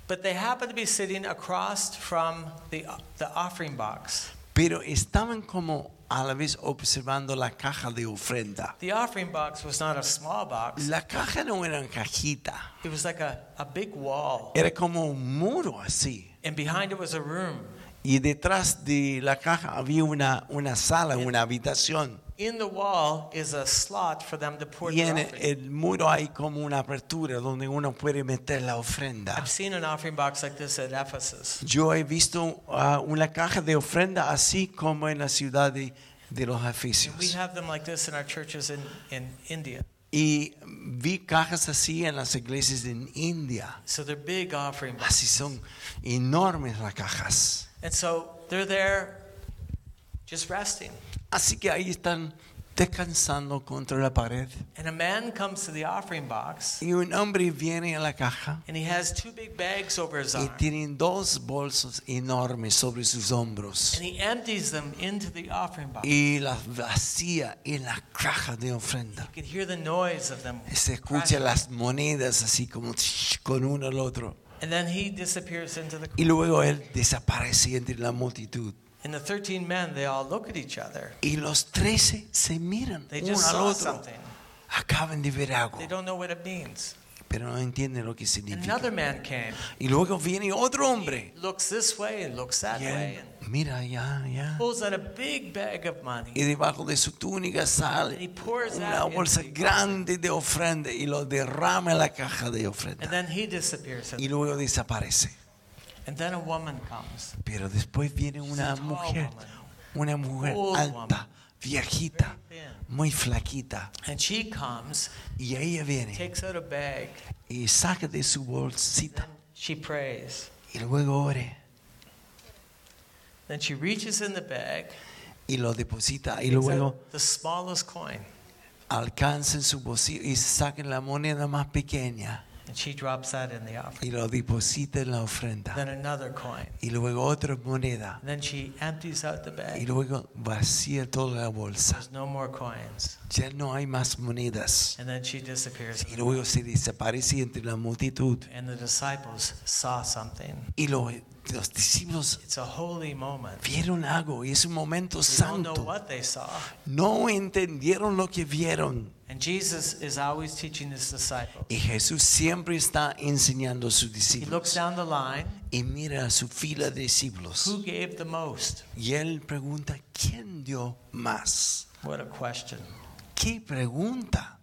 S2: But they happen to be sitting across from the, the offering box.
S1: Pero estaban como a la vez observando la caja de ofrenda.
S2: The offering box was not a small box,
S1: La caja no era una cajita,
S2: it was like a, a big wall.
S1: era como un muro así.
S2: And behind it was a room.
S1: Y detrás de la caja había una, una sala, una habitación.
S2: In the wall is a slot for them to pour
S1: Y
S2: the
S1: en el,
S2: offering.
S1: el muro hay como una apertura donde uno puede meter la ofrenda.
S2: I've seen an offering box like this at Ephesus.
S1: Yo he visto ah, una caja de ofrenda así como en la ciudad de, de los
S2: We
S1: Efesios.
S2: have them like this in our churches in, in India.
S1: Y vi cajas así en las iglesias en India.
S2: So they're big offering boxes.
S1: Así son enormes las cajas.
S2: And so they're there just resting.
S1: Así que ahí están descansando contra la pared.
S2: And a man comes to the offering box
S1: Y un hombre viene a la caja
S2: and he has two big bags over his
S1: y
S2: arm.
S1: tienen dos bolsos enormes sobre sus hombros
S2: And he empties them into the offering box. You
S1: y las vacía en la caja de ofrenda.
S2: can hear the noise of them.
S1: Se escucha
S2: crashing.
S1: las monedas así como tsh, con uno al otro.
S2: And then he disappears into the
S1: Y luego él desaparece entre la multitud.
S2: And the 13 men, they all look at each other.
S1: Y los trece se miran
S2: They
S1: uno
S2: just
S1: al
S2: saw
S1: otro.
S2: something.
S1: Acaban de ver algo,
S2: They don't know what it means.
S1: pero no entienden lo que significa.
S2: Another man came.
S1: Y luego viene otro hombre.
S2: Looks this way and looks that
S1: Y
S2: way
S1: él
S2: and
S1: mira allá, allá.
S2: pulls out a big bag of money.
S1: Y debajo de su túnica
S2: And he
S1: sale
S2: pours
S1: una
S2: out.
S1: bolsa
S2: into-
S1: grande de ofrenda y lo derrama en la caja de
S2: And
S1: ofrenda.
S2: then he disappears.
S1: Y luego desaparece.
S2: And then a woman comes.
S1: Pero después viene una
S2: tall
S1: mujer,
S2: woman.
S1: una mujer
S2: Old
S1: alta, viejita,
S2: Very thin.
S1: muy flaquita.
S2: And she comes,
S1: Y ella viene
S2: takes out a bag,
S1: y saca de su bolsita
S2: she prays.
S1: y luego ore
S2: Then she reaches in the bag,
S1: y lo deposita y
S2: takes
S1: luego
S2: out the smallest coin,
S1: alcanza en su bolsillo y saca la moneda más pequeña
S2: and she drops that in the offering.
S1: y lo deposita en la ofrenda
S2: Then another coin.
S1: y luego otra moneda
S2: And then she empties out the bag.
S1: y luego vacía toda la bolsa.
S2: There's no more coins.
S1: Ya no hay más monedas
S2: And then she disappears.
S1: y luego se desaparece entre la multitud
S2: And the disciples saw something.
S1: y lo- los discípulos
S2: It's a holy moment.
S1: vieron algo y es un momento
S2: They don't know
S1: santo.
S2: what they saw.
S1: No entendieron lo que vieron
S2: And Jesus is always teaching his disciples.
S1: y Jesús siempre está enseñando a sus
S2: He looks
S1: discípulos.
S2: down the line
S1: y mira a su fila de discípulos
S2: who gave the most?
S1: y él pregunta, ¿quién dio más?
S2: What a question.
S1: ¿Qué pregunta?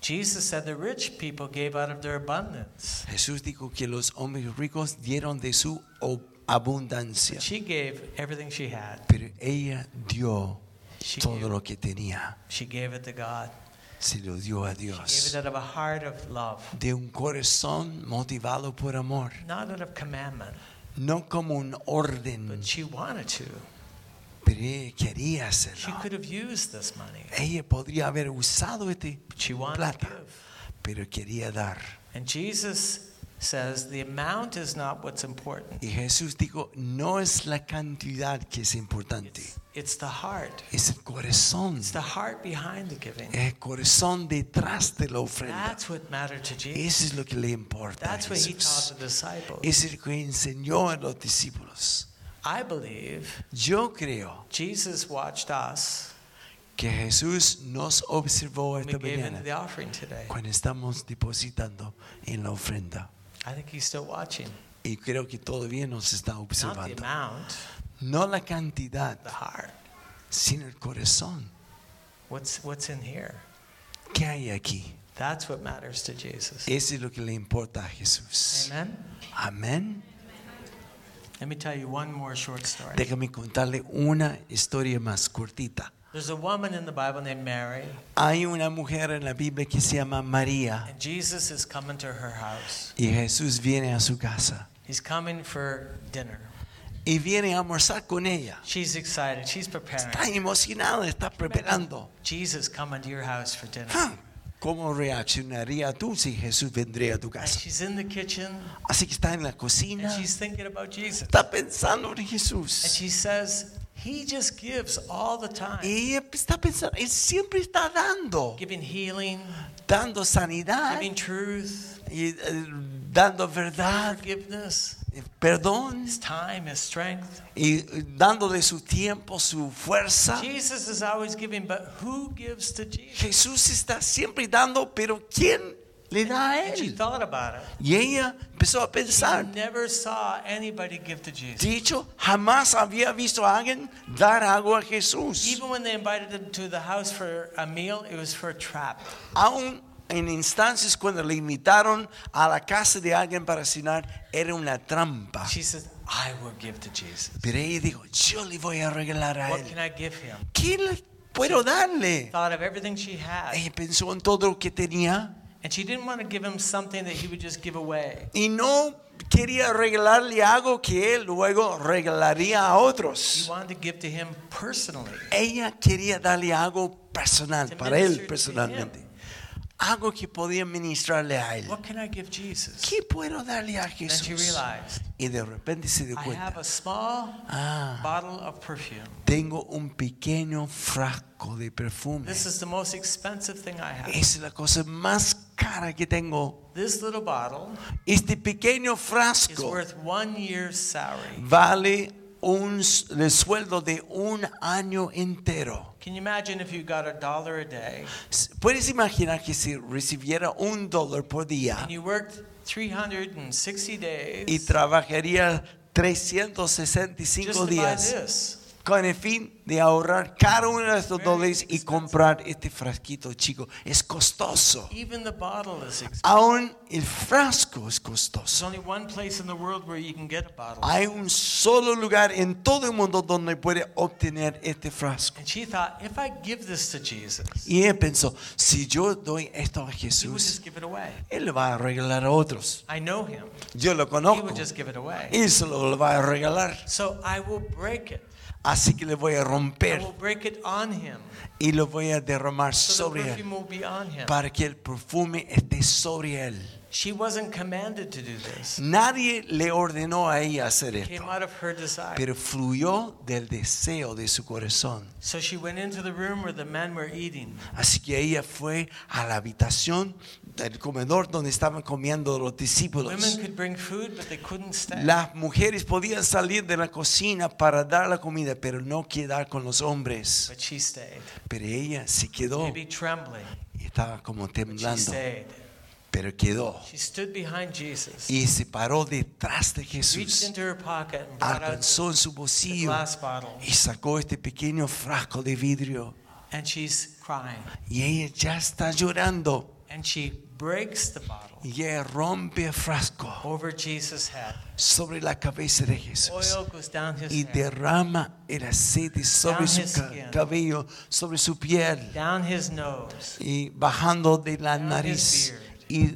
S2: Jesus said the rich people gave out of their abundance.
S1: Jesús dijo que los hombres ricos dieron de su ob- abundancia,
S2: But she gave everything she had.
S1: pero ella dio
S2: She
S1: todo
S2: gave-
S1: lo que tenía,
S2: She gave it to God.
S1: se lo dio a
S2: She gave it
S1: Dios,
S2: out of a heart of love,
S1: de un corazón motivado por amor,
S2: not out of commandment,
S1: no como un orden,
S2: but she wanted to.
S1: pero ella quería
S2: She
S1: hacerlo.
S2: could have used this money,
S1: Ella podría haber usado este
S2: but she wanted to
S1: plata,
S2: give.
S1: pero quería dar.
S2: And Jesus says the amount is not what's important.
S1: Y Jesús dijo, no es la cantidad que es importante,
S2: It's, it's the heart.
S1: es el corazón,
S2: It's the heart behind the giving.
S1: el corazón detrás de la ofrenda.
S2: That's what mattered to
S1: Eso
S2: Jesus.
S1: es lo que le importa a
S2: That's what he taught
S1: Jesús.
S2: the disciples.
S1: Es el que enseñó a los discípulos.
S2: I believe
S1: Yo creo
S2: Jesus watched us
S1: que Jesús nos observó
S2: when we
S1: esta
S2: gave into the
S1: mañana
S2: offering today.
S1: cuando estamos depositando en la ofrenda.
S2: I think he's still watching.
S1: Y creo que todavía nos está
S2: Not the
S1: observando.
S2: amount,
S1: No la cantidad,
S2: the heart.
S1: sino el corazón.
S2: What's, what's in here?
S1: ¿Qué hay aquí?
S2: That's what matters to Jesus.
S1: Eso es lo que le importa a Jesús.
S2: Amen?
S1: Amén.
S2: Let me tell you one more short story.
S1: Déjame contarle una historia más cortita.
S2: There's a woman in the Bible named Mary,
S1: Hay una mujer en la Biblia que se llama María
S2: and Jesus is coming to her house.
S1: y Jesús viene a su casa
S2: He's coming for dinner.
S1: y viene a almorzar con ella.
S2: She's excited. She's preparing.
S1: Está emocionada, está preparando.
S2: Jesus coming to your house for dinner.
S1: ¡Ah! ¿Cómo reaccionaría tú si Jesús vendría a tu
S2: And
S1: casa?
S2: she's in the kitchen
S1: Así que está en la
S2: and
S1: cocina,
S2: she's thinking about Jesus.
S1: está pensando en
S2: And
S1: Jesús.
S2: she says, He just gives all the time,
S1: Y ella está pensando, Él siempre está dando,
S2: giving healing,
S1: dando sanidad
S2: giving truth,
S1: y eh, dando verdad,
S2: forgiveness,
S1: eh, perdón.
S2: His time, His strength.
S1: y dándole su tiempo, su
S2: Ah.
S1: fuerza.
S2: Jesus is always giving, but who gives to Jesus?
S1: Jesús está siempre dando, pero ¿quién le da a
S2: And she
S1: él?
S2: thought about it.
S1: Y ella empezó a
S2: She
S1: pensar,
S2: never saw anybody give to Ah. Jesus.
S1: dicho, jamás había visto a alguien dar algo a Jesús.
S2: Even when they invited him to the house for a meal, it was for a trap.
S1: Aún en instancias cuando le invitaron a la casa de alguien para cenar, era una trampa.
S2: She says, I will give to Jesus.
S1: Pero ella dijo, yo le voy a regalar a
S2: What can
S1: él.
S2: I give him?
S1: ¿Qué le puedo darle?
S2: Thought of everything she had.
S1: Ella pensó en todo lo que tenía
S2: And she didn't want to give him something that he would just give away.
S1: Y no quería regalarle algo que él luego regalaría a
S2: She
S1: otros.
S2: wanted to give to him personally.
S1: Ella quería darle algo personal,
S2: To
S1: para él
S2: minister to
S1: personalmente.
S2: him.
S1: Algo que podía ministrarle a él.
S2: What can I give Jesus?
S1: ¿Qué puedo darle a
S2: Then she
S1: Jesús?
S2: realized,
S1: Y de repente se dio
S2: I have
S1: cuenta.
S2: a small
S1: Ah,
S2: bottle of perfume.
S1: tengo un pequeño frasco de perfume.
S2: This is the most expensive thing I have.
S1: Es la cosa más cara que tengo.
S2: This little bottle
S1: Este pequeño
S2: is
S1: frasco
S2: worth one year's salary.
S1: vale un s- el sueldo de un año entero.
S2: Can you imagine if you got a dollar a day
S1: S- Puedes imaginar que si recibiera un dólar por día
S2: and you worked 360
S1: y
S2: days
S1: trabajaría
S2: just
S1: 365
S2: to buy
S1: días
S2: this?
S1: con el fin de ahorrar cada uno de estos
S2: Very
S1: dólares y
S2: expensive.
S1: comprar este frasquito chico. Es costoso.
S2: Even the bottle is expensive.
S1: Aún el frasco es
S2: There's
S1: costoso.
S2: only one place in the world where you can get a bottle.
S1: Hay un solo lugar en todo el mundo donde puede obtener este frasco.
S2: And she thought, if I give this to Jesus,
S1: Y él pensó, si yo doy esto a
S2: he would
S1: Jesús,
S2: just give it away.
S1: él lo va a regalar a otros.
S2: I know him.
S1: Yo lo
S2: He
S1: conozco.
S2: would just give it away.
S1: Él se lo va a regalar.
S2: So I will break it.
S1: Así que le voy a
S2: I
S1: romper
S2: will break it on him.
S1: y lo voy a derramar
S2: So the
S1: sobre él
S2: perfume will be on him.
S1: para que el perfume esté sobre él.
S2: She wasn't commanded to do this.
S1: Nadie le ordenó a ella hacer
S2: It came
S1: esto,
S2: out of her desire.
S1: pero fluyó del deseo de su corazón.
S2: So she went into the room where the men were eating.
S1: Así que ella fue a la habitación del comedor donde estaban comiendo los discípulos.
S2: Women could bring food, but they couldn't stay.
S1: Las mujeres podían salir de la cocina para dar la comida, pero no quedar con los hombres.
S2: But she stayed.
S1: Pero ella se quedó
S2: Maybe trembling.
S1: y estaba como
S2: But she
S1: temblando,
S2: stayed.
S1: pero quedó
S2: She stood behind Jesus,
S1: y se paró detrás de
S2: reached
S1: Jesús,
S2: into her pocket, and brought out the
S1: alcanzó en su
S2: the
S1: bolsillo
S2: glass bottle.
S1: y sacó este pequeño frasco de vidrio
S2: And she's crying.
S1: y ella ya está llorando
S2: And she breaks the bottle
S1: y ella rompe el frasco
S2: over Jesus' head.
S1: sobre la cabeza de Jesús.
S2: Oil goes down his
S1: y
S2: head,
S1: derrama el aceite sobre
S2: Down
S1: su
S2: his
S1: ca-
S2: skin.
S1: cabello, sobre su piel
S2: down his nose,
S1: y bajando de la
S2: Down his
S1: nariz
S2: beard.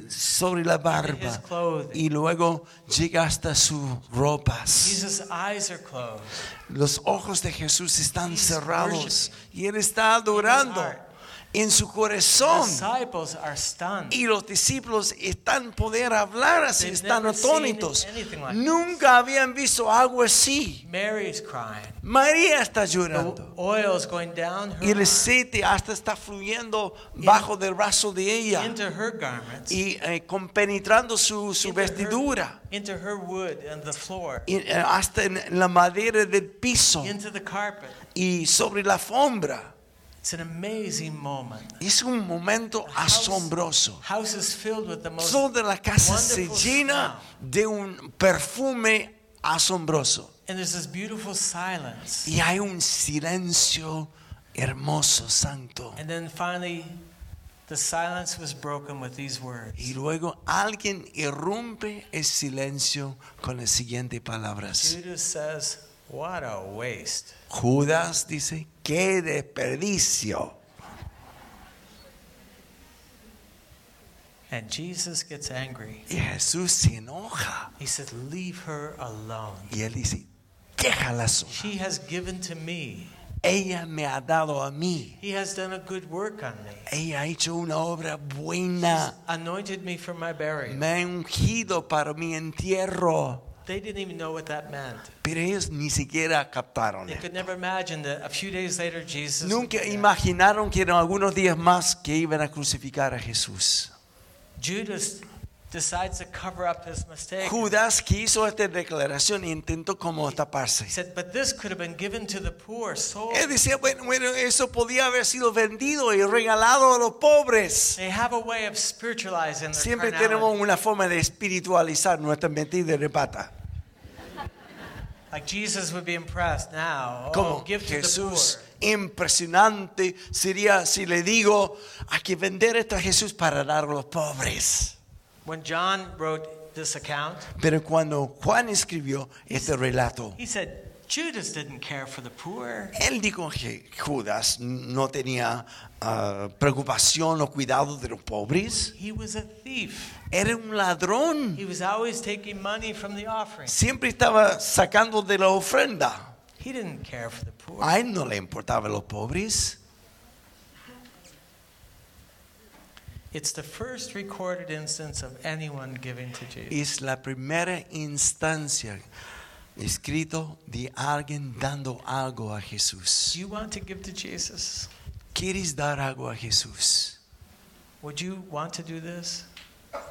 S1: y sobre la
S2: his
S1: barba
S2: clothing.
S1: y luego llega hasta sus ropas.
S2: Jesus' eyes are closed.
S1: Los ojos de Jesús están
S2: He's
S1: cerrados y él está adorando
S2: heart.
S1: en su
S2: The
S1: corazón
S2: disciples are stunned.
S1: y los discípulos están poder hablar así,
S2: They've
S1: están
S2: never seen
S1: atónitos.
S2: anything like this.
S1: Nunca habían visto algo así.
S2: Mary's crying.
S1: María está
S2: The
S1: llorando.
S2: oil is going down
S1: Oh. Y el
S2: her
S1: aceite hasta está fluyendo bajo del brazo de
S2: arm,
S1: ella
S2: into her garments,
S1: y eh, compenetrando su, su
S2: into her-
S1: vestidura,
S2: into her wood and the floor,
S1: y, eh, hasta en la madera del piso
S2: into the carpet.
S1: y sobre la alfombra.
S2: It's an amazing moment.
S1: Es un momento asombroso.
S2: House is filled with the most
S1: Toda la casa se
S2: wonderful
S1: llena de un perfume asombroso
S2: And there's this beautiful silence.
S1: y hay un silencio hermoso, santo.
S2: And then finally, the silence was broken with these
S1: Y
S2: words
S1: luego alguien irrumpe el silencio con las siguientes palabras.
S2: Judas says, What a waste.
S1: Judas dice, qué desperdicio.
S2: And Jesus gets angry.
S1: Y Jesús se enoja
S2: He said, Leave her alone.
S1: y él dice, déjala sola.
S2: She has given to me,
S1: Ella me ha dado a mí.
S2: He has done a good work on me,
S1: Ella ha hecho una obra buena.
S2: anointed me for my burial.
S1: Me ha ungido para mi entierro.
S2: They didn't even know what that meant.
S1: Pero ellos ni siquiera captaron.
S2: They
S1: esto.
S2: could never imagine that a few days later, Jesus.
S1: Nunca imaginaron que en algunos días más que iban a crucificar a Jesús.
S2: Judas decides to cover up his mistake.
S1: Judas que hizo esta declaración e intentó como taparse.
S2: He said, But this could have been given to the poor soul.
S1: Él decía, bueno, bueno, eso podía haber sido vendido y regalado a los pobres.
S2: They have a way of spiritualizing their
S1: Siempre
S2: carnality.
S1: tenemos una forma de espiritualizar nuestra mentira de pata.
S2: Like Jesus would be impressed now. Oh,
S1: Como
S2: give to
S1: Jesús,
S2: the poor.
S1: impresionante sería si le digo, hay que vender esto a Jesús para dar a los pobres.
S2: When John wrote this account,
S1: Pero cuando Juan escribió este relato,
S2: he said, Judas didn't care for the poor.
S1: Él dijo que Judas no tenía ah, preocupación o cuidado de los pobres.
S2: He was a thief.
S1: Era un ladrón.
S2: He was always taking money from the offering.
S1: Siempre estaba sacando de la ofrenda.
S2: He didn't care for the poor.
S1: A él no le importaban los pobres.
S2: It's the first recorded instance of anyone giving to Jesus.
S1: Es la primera instancia escrito de alguien dando algo a
S2: Do
S1: Jesús.
S2: you want to give to Jesus?
S1: ¿Quieres dar algo a Jesús?
S2: Would you want to do this?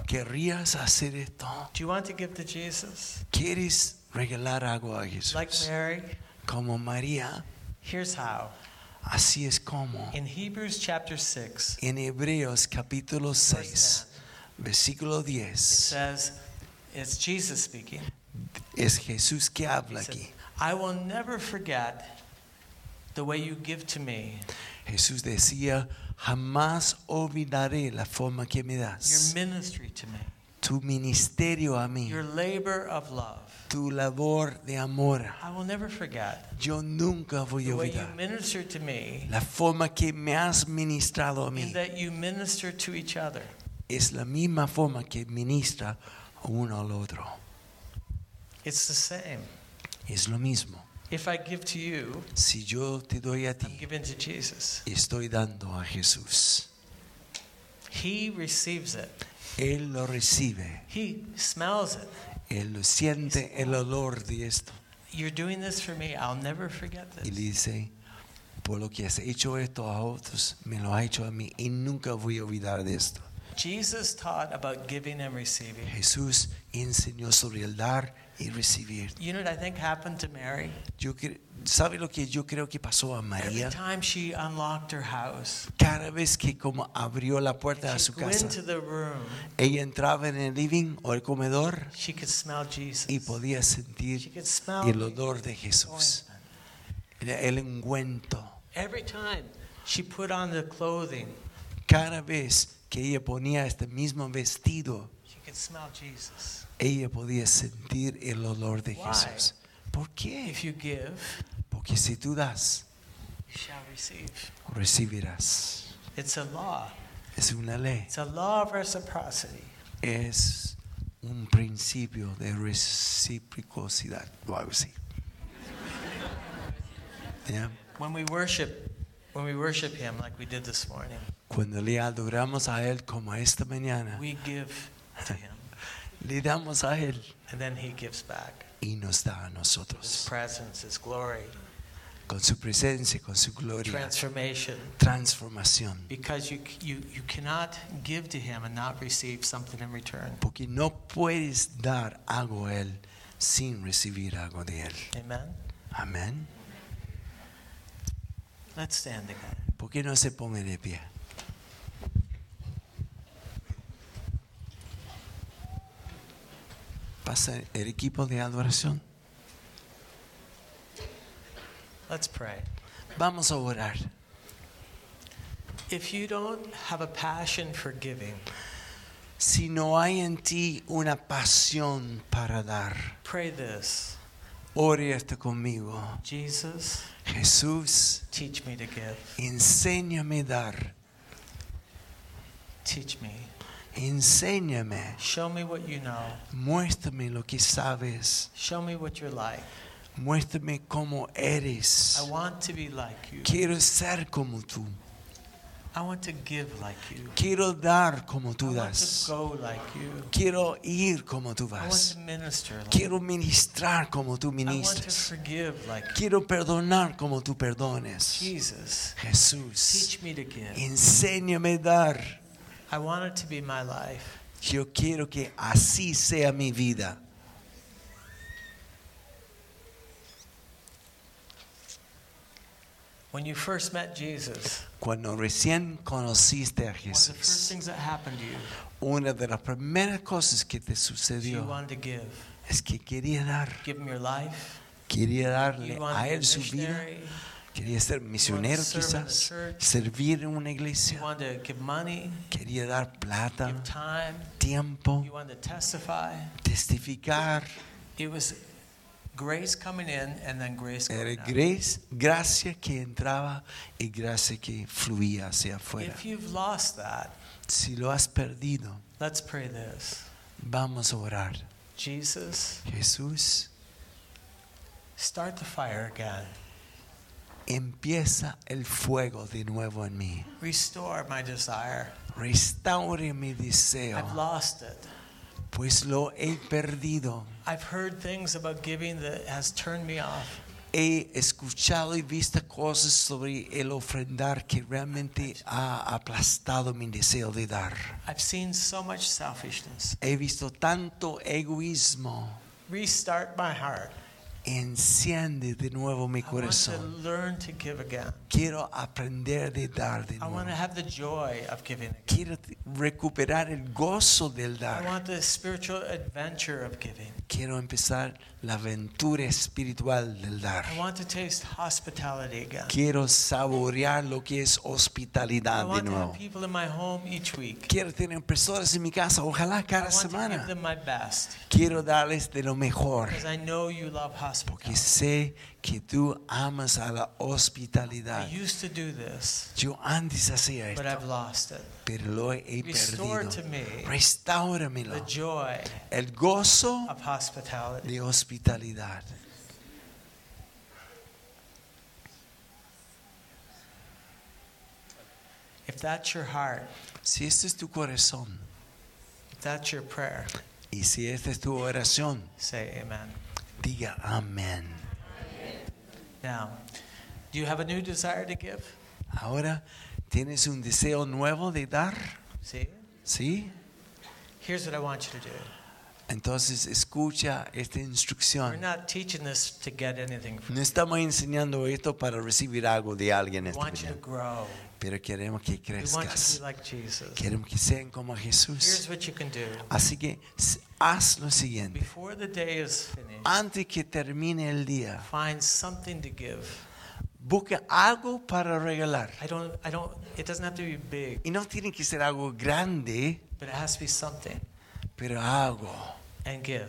S1: ¿Querrías hacer esto?
S2: Do you want to give to Jesus?
S1: ¿Quieres regalar algo a Jesús?
S2: Like Mary?
S1: Como María,
S2: Here's how.
S1: así es como.
S2: In Hebrews chapter 6,
S1: En Hebreos capítulo 6,
S2: verse 10,
S1: versículo
S2: it
S1: 10,
S2: says, it's Jesus speaking.
S1: es Jesús que
S2: He
S1: habla
S2: says,
S1: aquí.
S2: I will never forget the way you give to me.
S1: Jesús decía, jamás olvidaré la forma que me
S2: your
S1: das,
S2: ministry to me,
S1: tu ministerio a mí,
S2: your labor of love.
S1: tu labor de amor.
S2: I will never forget
S1: Yo nunca voy
S2: the
S1: a
S2: way you
S1: olvidar
S2: ministered to me
S1: la forma que me has ministrado a
S2: and
S1: mí.
S2: that you minister to each other.
S1: Es la misma forma que ministra uno al otro.
S2: It's the same.
S1: Es lo mismo.
S2: If I give to you,
S1: Si yo te doy a
S2: I'm
S1: ti,
S2: giving to Jesus.
S1: estoy dando a Jesús.
S2: He receives it.
S1: Él lo recibe.
S2: He smells it.
S1: Él lo siente el olor de esto
S2: You're doing this for me. I'll never forget
S1: y le
S2: this.
S1: dice, por lo que has hecho esto a otros, me lo ha hecho a mí y nunca voy a olvidar de esto.
S2: Jesus taught about giving and receiving.
S1: Jesús enseñó sobre el dar y recibir.
S2: You know what I think happened to Mary?
S1: Yo cre- ¿Sabe lo que yo creo que pasó a
S2: Every
S1: María?
S2: time she unlocked her house,
S1: Cada vez que como abrió la puerta a
S2: she
S1: su
S2: go
S1: casa,
S2: into the room,
S1: ella entraba en el living o el comedor
S2: she could smell Jesus.
S1: y podía
S2: She
S1: sentir
S2: could smell
S1: el
S2: the
S1: olor de Jesús,
S2: ointment.
S1: Era el ungüento.
S2: Every time she put on the clothing,
S1: Cada vez que ella ponía este mismo vestido,
S2: she could smell Jesus.
S1: ella podía sentir el olor de
S2: Why?
S1: Jesús. ¿Por qué?
S2: If you give,
S1: Porque si tú das,
S2: you shall receive.
S1: recibirás.
S2: It's a law.
S1: Es una ley.
S2: It's a law of reciprocity.
S1: Es un principio de reciprocidad. o algo así. ¿Ya?
S2: When we worship, when we worship Him like we did this morning,
S1: Cuando le adoramos a Él como esta mañana,
S2: we give to Him,
S1: le damos a Él
S2: and then He gives back.
S1: y nos da a
S2: His
S1: nosotros.
S2: presence, His glory,
S1: Con su presencia, con su gloria,
S2: transformation.
S1: transformación.
S2: Because you, you, you cannot give to Him and not receive something in return.
S1: Porque no puedes dar algo a Él sin recibir algo de Él.
S2: Amen?
S1: Amén.
S2: Let's stand together.
S1: ¿Por qué no se pone de pie? Pasa el equipo de adoración.
S2: Let's pray.
S1: Vamos a orar.
S2: If you don't have a passion for giving,
S1: Si no hay en ti una pasión para dar,
S2: pray this
S1: ore esto conmigo.
S2: Jesus,
S1: Jesús,
S2: teach me to give.
S1: enséñame a dar.
S2: Teach me.
S1: Enséñame.
S2: Show me what you know.
S1: Muéstrame lo que sabes.
S2: Show me what you're like.
S1: Muéstrame cómo eres.
S2: I want to be like you.
S1: Quiero ser como tú.
S2: I want to give like you.
S1: Quiero dar como
S2: I
S1: tú
S2: want to
S1: das.
S2: go like you.
S1: Quiero ir como tú
S2: I want
S1: vas.
S2: to minister like you.
S1: Quiero ministrar como tú
S2: I want to
S1: ministras.
S2: forgive like you.
S1: Quiero perdonar como tú perdones.
S2: Jesus,
S1: Jesús,
S2: teach me to give.
S1: enséñame a dar.
S2: I want it to be my life.
S1: Yo quiero que así sea mi vida.
S2: When you first met Jesus,
S1: Cuando recién conociste a
S2: one of the first
S1: Jesús,
S2: things that happened to you
S1: una de las primeras cosas que te
S2: is you
S1: sucedió
S2: wanted to give.
S1: es que quería dar.
S2: Give him your life.
S1: Quería darle
S2: You want
S1: a
S2: to be a
S1: él su vida.
S2: missionary.
S1: Quería ser misionero
S2: serve in the
S1: quizás,
S2: church.
S1: servir en una
S2: You
S1: iglesia.
S2: want to give money,
S1: Quería dar plata,
S2: give time.
S1: tiempo,
S2: You want to testify.
S1: testificar.
S2: It was grace coming in and then grace
S1: Era
S2: going out.
S1: grace, gracia que entraba y gracia que fluía hacia afuera.
S2: If you've lost that,
S1: Si lo has perdido,
S2: let's pray this.
S1: vamos a orar.
S2: Jesus,
S1: Jesús,
S2: start the fire again.
S1: empieza el fuego de nuevo en mí.
S2: Restore my desire.
S1: Restaure mi
S2: I've
S1: deseo,
S2: lost it.
S1: pues lo he perdido.
S2: I've heard things about giving that has turned me off.
S1: He escuchado y visto cosas sobre el ofrendar que realmente ha aplastado mi deseo de dar.
S2: I've seen so much selfishness.
S1: He visto tanto egoísmo.
S2: Restart my heart.
S1: Enciende de nuevo mi
S2: I want to
S1: corazón.
S2: learn to give again.
S1: Quiero aprender de dar de
S2: I
S1: nuevo.
S2: want to have the joy of giving again.
S1: Quiero t- recuperar el gozo del
S2: I
S1: dar.
S2: want the spiritual adventure of giving.
S1: Quiero empezar la aventura espiritual del dar.
S2: I want to taste hospitality again.
S1: Quiero saborear lo que es
S2: I
S1: hospitalidad de
S2: want to have
S1: nuevo.
S2: people in my home each week.
S1: Quiero tener personas en mi casa, ojalá
S2: I
S1: cada
S2: want to give
S1: semana.
S2: them my best
S1: Quiero darles de lo mejor,
S2: because I know you love
S1: porque
S2: hospitality.
S1: sé que tú amas a la
S2: I
S1: hospitalidad.
S2: used to do this,
S1: Yo antes hacía
S2: but
S1: esto,
S2: I've lost it.
S1: pero lo he
S2: Restore
S1: perdido.
S2: to me
S1: Restáuramelo.
S2: The joy
S1: El gozo
S2: of hospitality.
S1: de hospitalidad.
S2: If that's your heart,
S1: Si este es tu corazón
S2: if that's your prayer,
S1: y si esta es tu oración,
S2: say amen.
S1: diga amén.
S2: Now, do you have a new desire to give?
S1: Ahora, ¿tienes un deseo nuevo de dar?
S2: See?
S1: ¿Sí?
S2: Here's what I want you to do.
S1: Entonces escucha esta
S2: We're
S1: instrucción.
S2: not teaching this to get anything from
S1: No estamos enseñando esto para recibir algo de alguien
S2: We
S1: esta
S2: want you to
S1: mañana,
S2: grow.
S1: pero queremos que
S2: We want you to be
S1: crezcas.
S2: like Jesus.
S1: Queremos que sean como Jesús.
S2: Here's what you can do.
S1: Así que s- haz lo siguiente.
S2: Before the day is finished,
S1: Antes que termine el día,
S2: find something to give.
S1: busca algo para regalar.
S2: I don't I don't it doesn't have to be big,
S1: Y no tiene que ser algo grande,
S2: but it has to be something.
S1: pero algo.
S2: And give.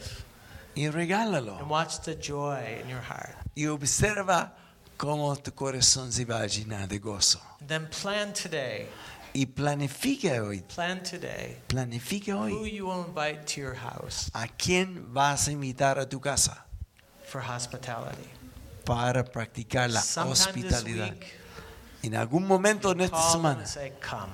S1: Y
S2: And
S1: regálalo.
S2: watch the joy in your heart.
S1: Y observa cómo tu corazón se va a llenar de gozo.
S2: And then plan today.
S1: Y planifica hoy.
S2: Plan today
S1: Planifica
S2: who
S1: hoy.
S2: you will invite to your house
S1: ¿A quién vas a invitar a tu casa
S2: for hospitality.
S1: para practicar la
S2: Sometime this
S1: hospitalidad?
S2: week,
S1: En algún momento en esta
S2: call them
S1: semana
S2: and say, Come.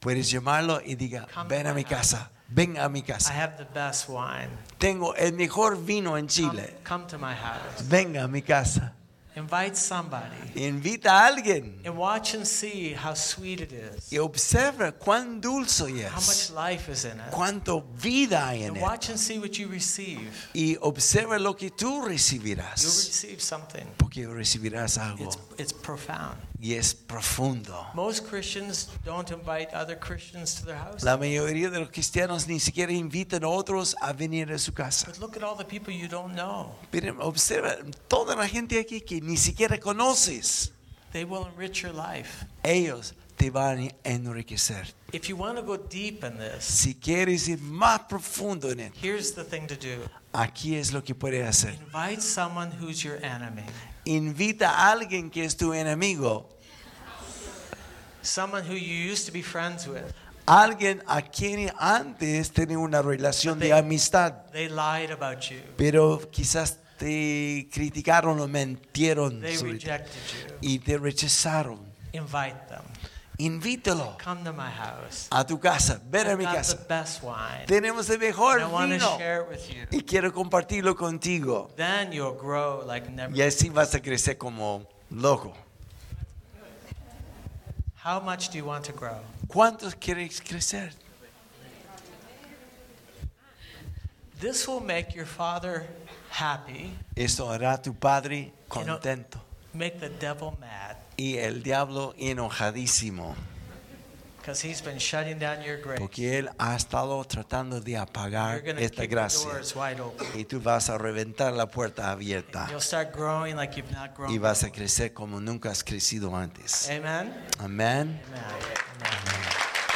S1: puedes llamarlo y diga,
S2: Come
S1: ven
S2: to
S1: a mi
S2: my house.
S1: casa, ven a mi
S2: I
S1: casa.
S2: have the best wine.
S1: Tengo el mejor vino en
S2: Come,
S1: Chile.
S2: come to my house.
S1: Venga a mi casa.
S2: Invite somebody.
S1: Invita a alguien
S2: And watch and see how sweet it is.
S1: y observa cuán dulce
S2: How much
S1: es,
S2: life is in it.
S1: cuánto vida hay en
S2: And
S1: él.
S2: watch and see what you receive.
S1: Y observa lo que tú
S2: You'll
S1: recibirás,
S2: receive something.
S1: porque recibirás algo
S2: It's, it's profound.
S1: y es profundo.
S2: Most Christians don't invite other Christians to their house.
S1: La mayoría de los cristianos ni siquiera invitan a otros a venir a su casa.
S2: But look at all the people you don't know.
S1: Miren, observa toda la gente aquí que ni siquiera conoces.
S2: They will enrich your life.
S1: Ellos te van a enriquecer.
S2: If you want to go deep in this,
S1: Si quieres ir más profundo en él,
S2: here's the thing to do
S1: aquí es lo que puedes hacer.
S2: invite someone who's your enemy,
S1: Invita a alguien que es tu enemigo,
S2: someone who you used to be friends with.
S1: alguien a quien antes tenía una relación de amistad.
S2: They lied about you,
S1: pero quizás te criticaron o mentieron
S2: they
S1: sobre ti
S2: rejected you.
S1: y te rechazaron.
S2: Invite them.
S1: Invítalo
S2: Come to my house.
S1: a tu casa, ven a
S2: I've
S1: mi
S2: got the
S1: casa.
S2: best wine.
S1: Tenemos el
S2: And
S1: mejor
S2: I want to
S1: vino
S2: share it with you.
S1: y quiero compartirlo contigo.
S2: Then you'll grow like never.
S1: Y así vas a crecer como loco.
S2: How much do you want to grow?
S1: ¿Cuántos quieres crecer?
S2: This will make your father happy,
S1: Esto hará a tu padre
S2: know-
S1: contento
S2: make the devil mad,
S1: y el diablo enojadísimo,
S2: because he's been shutting down your grace.
S1: porque él ha estado tratando de
S2: You're
S1: apagar
S2: going to
S1: esta
S2: keep the
S1: gracia
S2: doors wide open.
S1: y tú vas a reventar la puerta abierta.
S2: You'll start growing like you've not grown.
S1: y vas a crecer como nunca has crecido antes.
S2: Amen.
S1: Amén.
S2: Amen.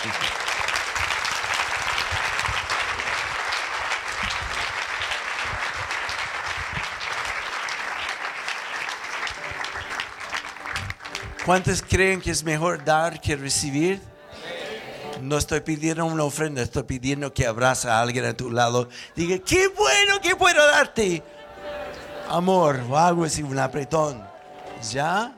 S2: Amen.
S1: ¿Cuántos creen que es mejor dar que recibir? No estoy pidiendo una ofrenda, estoy pidiendo que abraza a alguien a tu lado. Diga, qué bueno que puedo darte. Amor, o algo así, un apretón. ¿Ya?